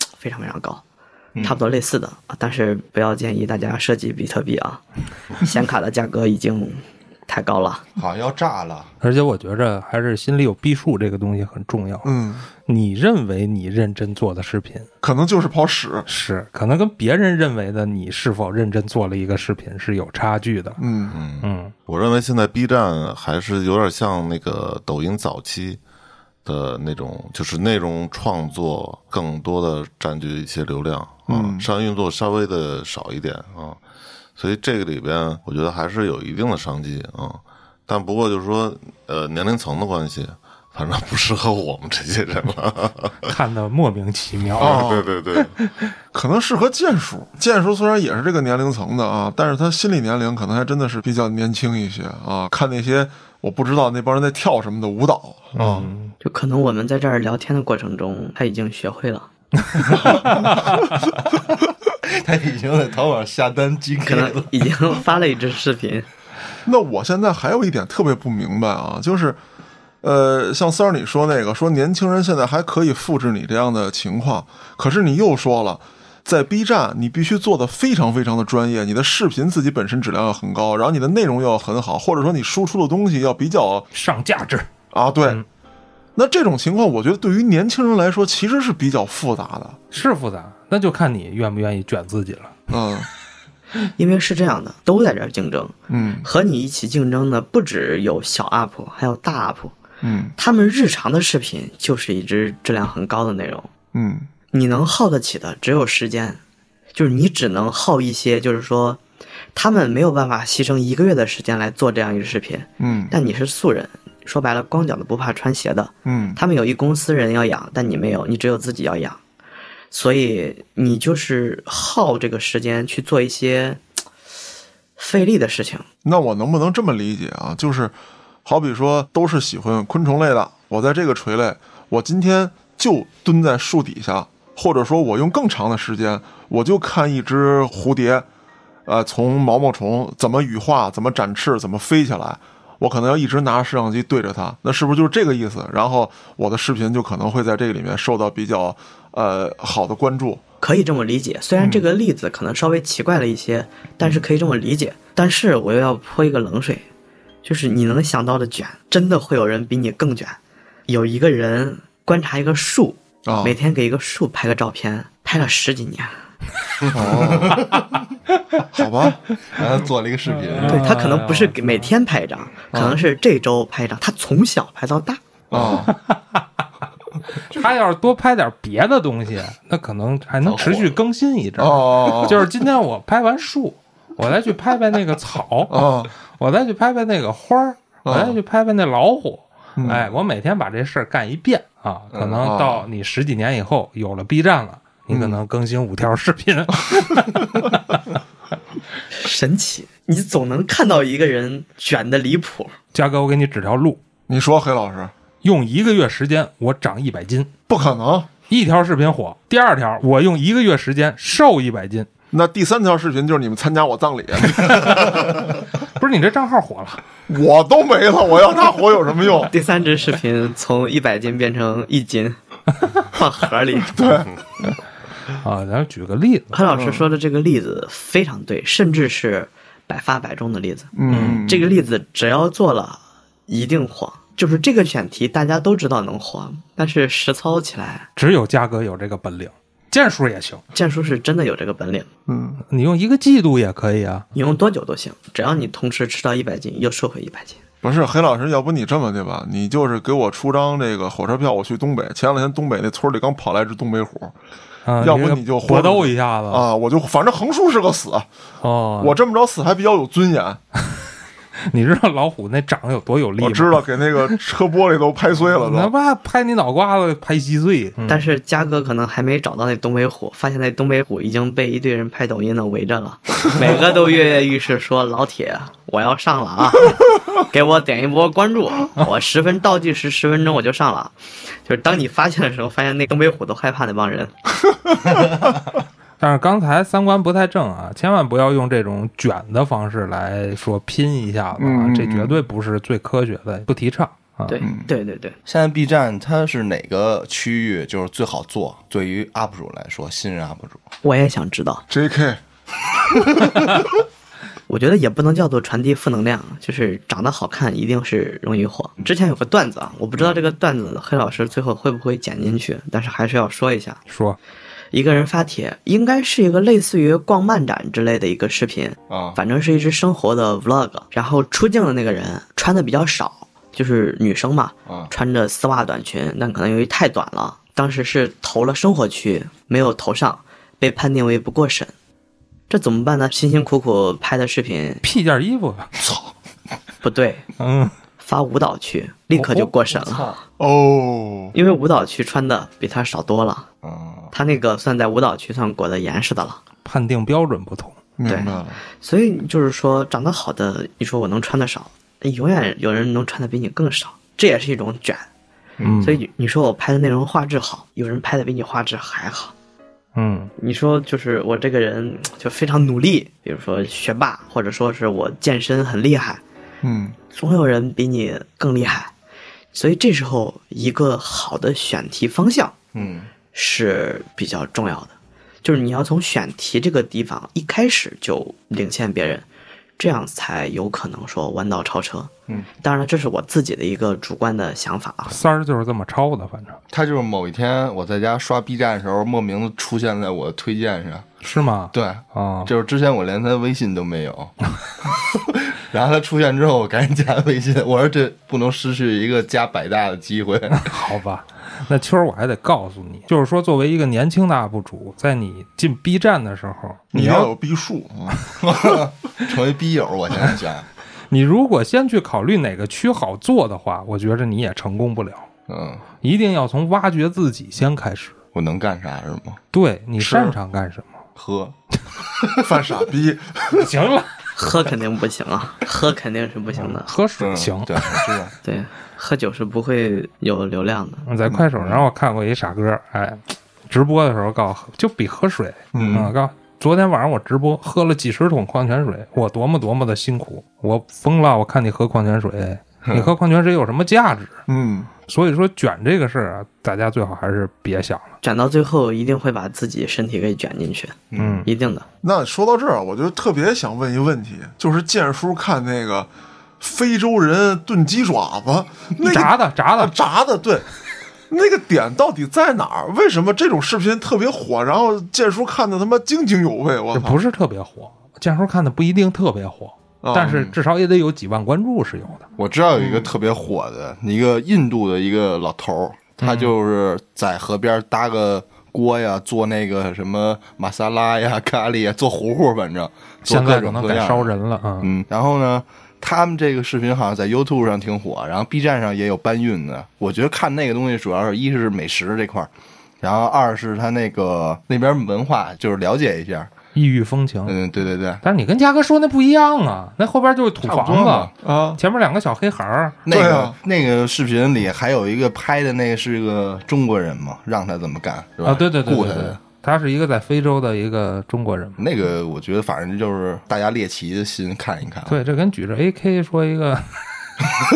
嘖非常非常高。差不多类似的，啊但是不要建议大家涉及比特币啊，显卡的价格已经太高了。
好像要炸了。
而且我觉着还是心里有逼数这个东西很重要。
嗯，
你认为你认真做的视频
可能就是泡屎。
是，可能跟别人认为的你是否认真做了一个视频是有差距的。
嗯
嗯，
我认为现在 B 站还是有点像那个抖音早期的那种，就是内容创作更多的占据一些流量啊，商业运作稍微的少一点啊，所以这个里边我觉得还是有一定的商机啊，但不过就是说呃年龄层的关系，反正不适合我们这些人了。
看的莫名其妙。
哦
对对对，
可能适合剑叔。剑叔虽然也是这个年龄层的啊，但是他心理年龄可能还真的是比较年轻一些啊。看那些我不知道那帮人在跳什么的舞蹈啊，
就可能我们在这儿聊天的过程中，他已经学会了，
他已经在淘宝下单金给
可能
了。
已经发了一支视频。
那我现在还有一点特别不明白啊，就是，呃，像三儿你说那个，说年轻人现在还可以复制你这样的情况，可是你又说了，在 B 站你必须做的非常非常的专业，你的视频自己本身质量要很高，然后你的内容要很好，或者说你输出的东西要比较
上价值，
啊，对。那这种情况，我觉得对于年轻人来说，其实是比较复杂的。
是复杂，那就看你愿不愿意卷自己了。
嗯
因为是这样的，都在这儿竞争，
嗯
和你一起竞争的不只有小 UP，还有大 UP。
嗯
他们日常的视频就是一支质量很高的内容，
嗯
你能耗得起的只有时间，就是你只能耗一些，就是说，他们没有办法牺牲一个月的时间来做这样一支视频。
嗯
但你是素人，说白了，光脚的不怕穿鞋的。
嗯
他们有一公司人要养，但你没有，你只有自己要养，所以你就是耗这个时间去做一些嘖费力的事情。
那我能不能这么理解啊？就是，好比说都是喜欢昆虫类的，我在这个垂类，我今天就蹲在树底下，或者说我用更长的时间，我就看一只蝴蝶，呃，从毛毛虫怎么羽化，怎么展翅，怎么飞起来。我可能要一直拿着摄像机对着它，那是不是就是这个意思？然后我的视频就可能会在这个里面受到比较呃好的关注。
可以这么理解，虽然这个例子可能稍微奇怪了一些，但是可以这么理解。但是我又要泼一个冷水，就是你能想到的卷，真的会有人比你更卷。有一个人观察一个树，
哦
每天给一个树拍个照片，拍了十几年。
好 吧，
然后做了一个视频，
对他可能不是给每天拍一张，可能是这周拍一张。他从小拍到大，
啊、
他要是多拍点别的东西，那可能还能持续更新一阵儿。
哦
就是今天我拍完树，我再去拍拍那个草，
哦
我再去拍拍那个花儿，我再去拍拍那老虎。
嗯
哎，我每天把这事儿干一遍啊，可
哦
能到你十几年以后有了 B 站了，你
嗯
可能更新五条视频。
神奇！你总能看到一个人卷的离谱。
嘉哥，我给你指条路，
你说黑老师，
用一个月时间我长一百斤，
不可能。
一条视频火；第二条，我用一个月时间瘦一百斤。
那第三条视频就是你们参加我葬礼，啊
不是你这账号火了，
我都没了，我要他活有什么用？
第三支视频从一百斤变成一斤，放盒里。
啊，咱举个例子，
潘老师说的这个例子非常对，甚至是百发百中的例子。
嗯，
这个例子只要做了，一定火。就是这个选题大家都知道能火，但是实操起来，
只有嘉哥有这个本领，剑术也行，
剑叔是真的有这个本领。
嗯
你用一个季度也可以啊。
你用多久都行，只要你同时吃到一百斤，又瘦回一百斤。
不是黑老师，要不你这么的吧，你就是给我出张这个火车票，我去东北。前两天东北那村里刚跑来只东北虎
啊，
要不
这个
你就活
搏斗
着
一下子
啊，我就反正横竖是个死，
哦，
我这么着死还比较有尊严。
你知道老虎那掌有多有力吗？
我知道给那个车玻璃都拍碎 了
那
都。
怕拍你脑瓜子拍稀碎。嗯
但是嘉哥可能还没找到那东北虎，发现那东北虎已经被一堆人拍抖音的围着了， 每个都跃跃欲试，说老铁我要上了啊， 给我点一波关 注，我十分倒计时十分钟我就上了。就是当你发现的时候，发现那东北虎都害怕那帮人。
但是刚才三观不太正啊，千万不要用这种卷的方式来说拼一下子啊，这绝对不是最科学的，不提倡啊。
嗯对对对对，
现在 B 站它是哪个区域就是最好做？对于 UP 主来说，新人 UP 主，
我也想知道，
J.K.
我觉得也不能叫做传递负能量，就是长得好看一定是容易火。之前有个段子啊，我不知道这个段子黑老师最后会不会剪进去，但是还是要说一下。
说
一个人发帖，应该是一个类似于逛漫展之类的一个视频
啊
反正是一只生活的 vlog。然后出镜的那个人穿的比较少，就是女生嘛，
啊
穿着丝袜短裙，但可能由于太短了，当时是投了生活区，没有投上，被判定为不过审。这怎么办呢？辛辛苦苦拍的视频
披件衣服吧，
不对，
嗯，
发舞蹈区立刻就过审了，
哦，
因为舞蹈区穿的比他少多了，
嗯，
他那个算在舞蹈区算裹得严实的了。
判定标准不同。
明白了，
所以就是说，长得好的，你说我能穿得少，永远有人能穿的比你更少，这也是一种卷。
嗯，
所以你说我拍的内容画质好，有人拍的比你画质还好。
嗯，
你说就是我这个人就非常努力，比如说学霸，或者说是我健身很厉害，
嗯，
总有人比你更厉害。所以这时候一个好的选题方向
嗯，
是比较重要的，就是你要从选题这个地方一开始就领先别人，这样才有可能说弯道超车。嗯，当然了，这是我自己的一个主观的想法啊。
三儿就是这么抄的，反正
他就是某一天我在家刷 B 站的时候，莫名的出现在我推荐上，
是吗？
对。
啊，
就是之前我连他微信都没有， 然后他出现之后，我赶紧加微信。我说这不能失去一个加百大的机会。
好吧，那秋儿我还得告诉你，就是说，作为一个年轻的 UP 主，在你进 B 站的时候，
你
你
要
要
有逼数啊，
成为逼友，我现在想，
你如果先去考虑哪个区好做的话，我觉着你也成功不了。
嗯，
一定要从挖掘自己先开始，
我能干啥是吗？
对你擅长干什么？
喝，
犯傻 逼。
行了，
喝肯定不行啊，喝肯定是不行的。
喝水
嗯
行。
对，我知道。
对，喝酒是不会有流量的。
在快手上我看过一傻哥，哎，直播的时候告诉就比喝水，嗯，告诉昨天晚上我直播喝了几十桶矿泉水，我多么多么的辛苦，我疯了！我看你喝矿泉水，哎
嗯
你喝矿泉水有什么价值？
嗯，
所以说卷这个事儿啊，大家最好还是别想了。
卷到最后一定会把自己身体给卷进去，
嗯，
一定的。
那说到这儿，啊我就特别想问一问题，就是建叔看那个非洲人炖鸡爪子，那啊个
炸的炸的，
炸的，对，那个点到底在哪儿？为什么这种视频特别火？然后建叔看的他妈津津有味，我
这
操！
不是特别火。建叔看的不一定特别火，
哦
啊
但是至少也得有几万关注是有的。
我知道有一
嗯
个特别火的，一个印度的一个老头儿，
嗯
他就是在河边搭个锅呀，做那个什么玛莎拉呀、咖喱呀，做糊糊， 反正做
现
各
在可
种
能
各
改
样
烧
的。
人了啊，嗯
嗯，然后呢，他们这个视频好像在 YouTube 上挺火，然后 B 站上也有搬运的。我觉得看那个东西主要是一是美食这块儿，然后二是他那个那边文化，就是了解一下。
异域风情。
嗯，对对对，
但是你跟嘉哥说那不一样啊，那后边就是土
差不多
房
嘛
子，
啊，
前面两个小黑孩儿，
那
对
个、
啊
那个视频里还有一个拍的那个是个中国人嘛，让他怎么干是吧？
啊，对对对
雇
对
他
对
的，
他是一个在非洲的一个中国人嘛。
那个我觉得反正就是大家猎奇的心看一看啊。
嗯
对，这跟举着 AK 说一个，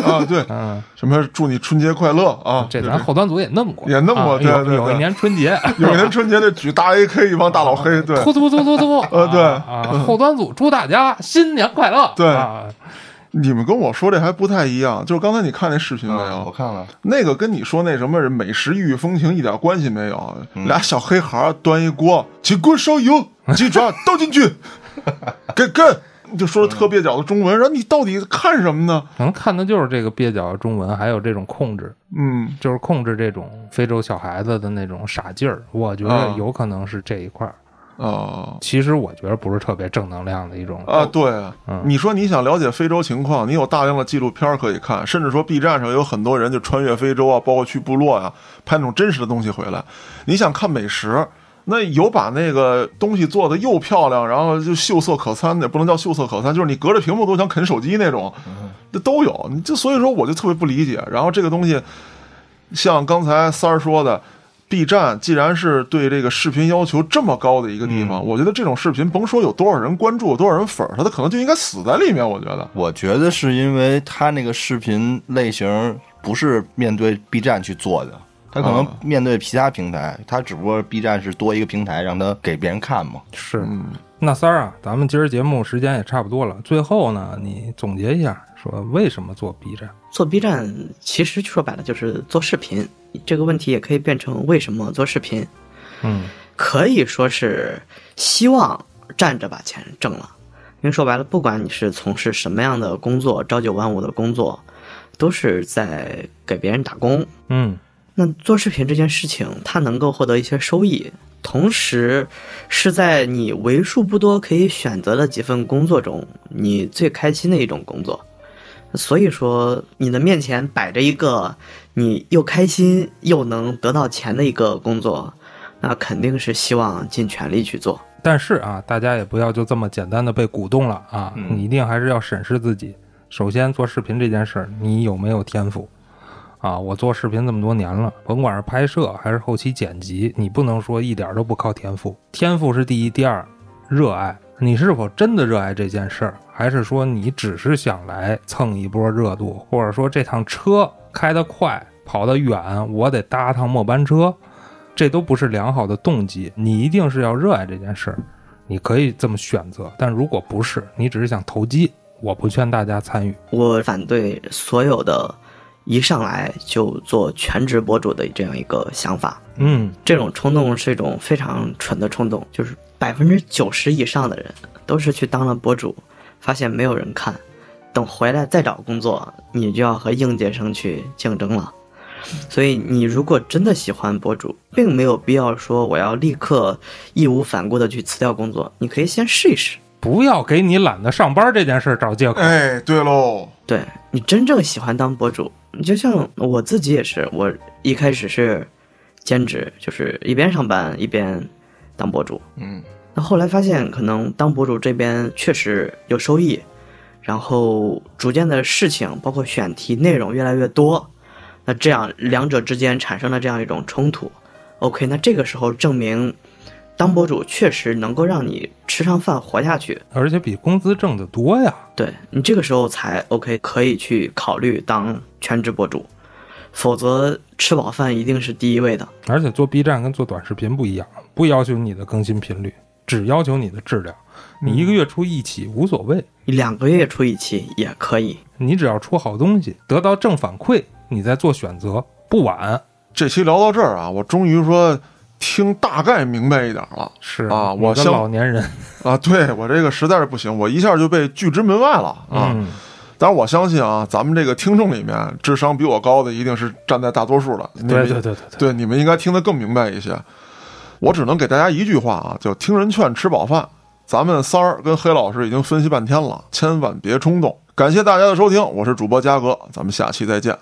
啊，对，
嗯，
什么祝你春节快乐啊！
这
就
咱后端组也弄过，
也弄过
啊
对
有
对
有一
对
年春节，
有一年春节那举大 AK 一帮大老黑，对
突突突突突，
呃对
啊啊，后端组祝大家新年快乐，
对
啊
你们跟我说这还不太一样。就是刚才你看那视频没
啊
嗯，我
有？
看了，
那个跟你说那什么美食异域风情一点关系没有。俩小黑孩儿端一锅，起锅烧油，鸡爪 倒进去，给干，就说的特蹩脚的中文。然后你到底看什么呢？
可能看的就是这个蹩脚的中文，还有这种控制，
嗯，
就是控制这种非洲小孩子的那种傻劲儿，我觉得
啊
有可能是这一块儿。
哦。
其实我觉得不是特别正能量的一种
啊，对啊
嗯，
你说你想了解非洲情况，你有大量的纪录片可以看，甚至说 B 站上有很多人就穿越非洲啊，包括去部落啊，拍那种真实的东西回来。你想看美食，那有把那个东西做的又漂亮，然后就秀色可餐的，也不能叫秀色可餐，就是你隔着屏幕都想啃手机那种，
嗯
这都有。你就所以说我就特别不理解，然后这个东西，像刚才三儿说的。B 站既然是对这个视频要求这么高的一个地方，我觉得这种视频甭说有多少人关注、有多少人粉儿，它的可能就应该死在里面。我觉得，
我觉得是因为他那个视频类型不是面对 B 站去做的，他可能
啊
面对其他平台，他只不过 B 站是多一个平台让他给别人看嘛。
是，
嗯
那三儿啊，咱们今儿节目时间也差不多了，最后呢，你总结一下，说为什么做 B 站？
做 B 站其实说白了就是做视频，这个问题也可以变成为什么做视频，
嗯，
可以说是希望站着把钱挣了。因为说白了，不管你是从事什么样的工作，朝九晚五的工作，都是在给别人打工。
嗯，
那做视频这件事情，它能够获得一些收益，同时是在你为数不多可以选择的几份工作中，你最开心的一种工作。所以说，你的面前摆着一个你又开心又能得到钱的一个工作，那肯定是希望尽全力去做。
但是啊，大家也不要就这么简单的被鼓动了啊，
嗯
你一定还是要审视自己。首先，做视频这件事儿，你有没有天赋？啊，我做视频这么多年了，甭管是拍摄还是后期剪辑，你不能说一点儿都不靠天赋。天赋是第一，第二，热爱。你是否真的热爱这件事儿，还是说你只是想来蹭一波热度，或者说这趟车开得快，跑得远，我得搭趟末班车，这都不是良好的动机。你一定是要热爱这件事儿，你可以这么选择。但如果不是，你只是想投机，我不劝大家参与。
我反对所有的一上来就做全职博主的这样一个想法。
嗯，
这种冲动是一种非常蠢的冲动，就是百分之九十以上的人都是去当了博主，发现没有人看，等回来再找工作，你就要和应届生去竞争了。所以，你如果真的喜欢博主，并没有必要说我要立刻义无反顾的去辞掉工作，你可以先试一试。
不要给你懒得上班这件事儿找借口。
哎，对喽，
对你真正喜欢当博主，你就像我自己也是，我一开始是兼职，就是一边上班一边当博主，
嗯，
那后来发现，可能当博主这边确实有收益，然后逐渐的事情，包括选题内容越来越多，那这样两者之间产生了这样一种冲突。OK，那这个时候证明当博主确实能够让你吃上饭活下去，
而且比工资挣得多呀。
对你这个时候才 OK 可以去考虑当全职博主，否则吃饱饭一定是第一位的。
而且做 B 站跟做短视频不一样，不要求你的更新频率，只要求你的质量。你一个月出一期无所谓，
你两个月出一期也可以，
你只要出好东西，得到正反馈，你再做选择不晚。
这期聊到这儿啊，我终于说听大概明白一点了
是
啊我
你个
相
老年人，
啊。对我这个实在是不行，我一下就被拒之门外了啊。
嗯，
但是我相信啊，咱们这个听众里面智商比我高的一定是占在大多数的。你
对
们
对对对对，
对，你们应该听得更明白一些。我只能给大家一句话啊，就听人劝，吃饱饭。咱们三儿跟黑老师已经分析半天了，千万别冲动。感谢大家的收听，我是主播嘉哥，咱们下期再见。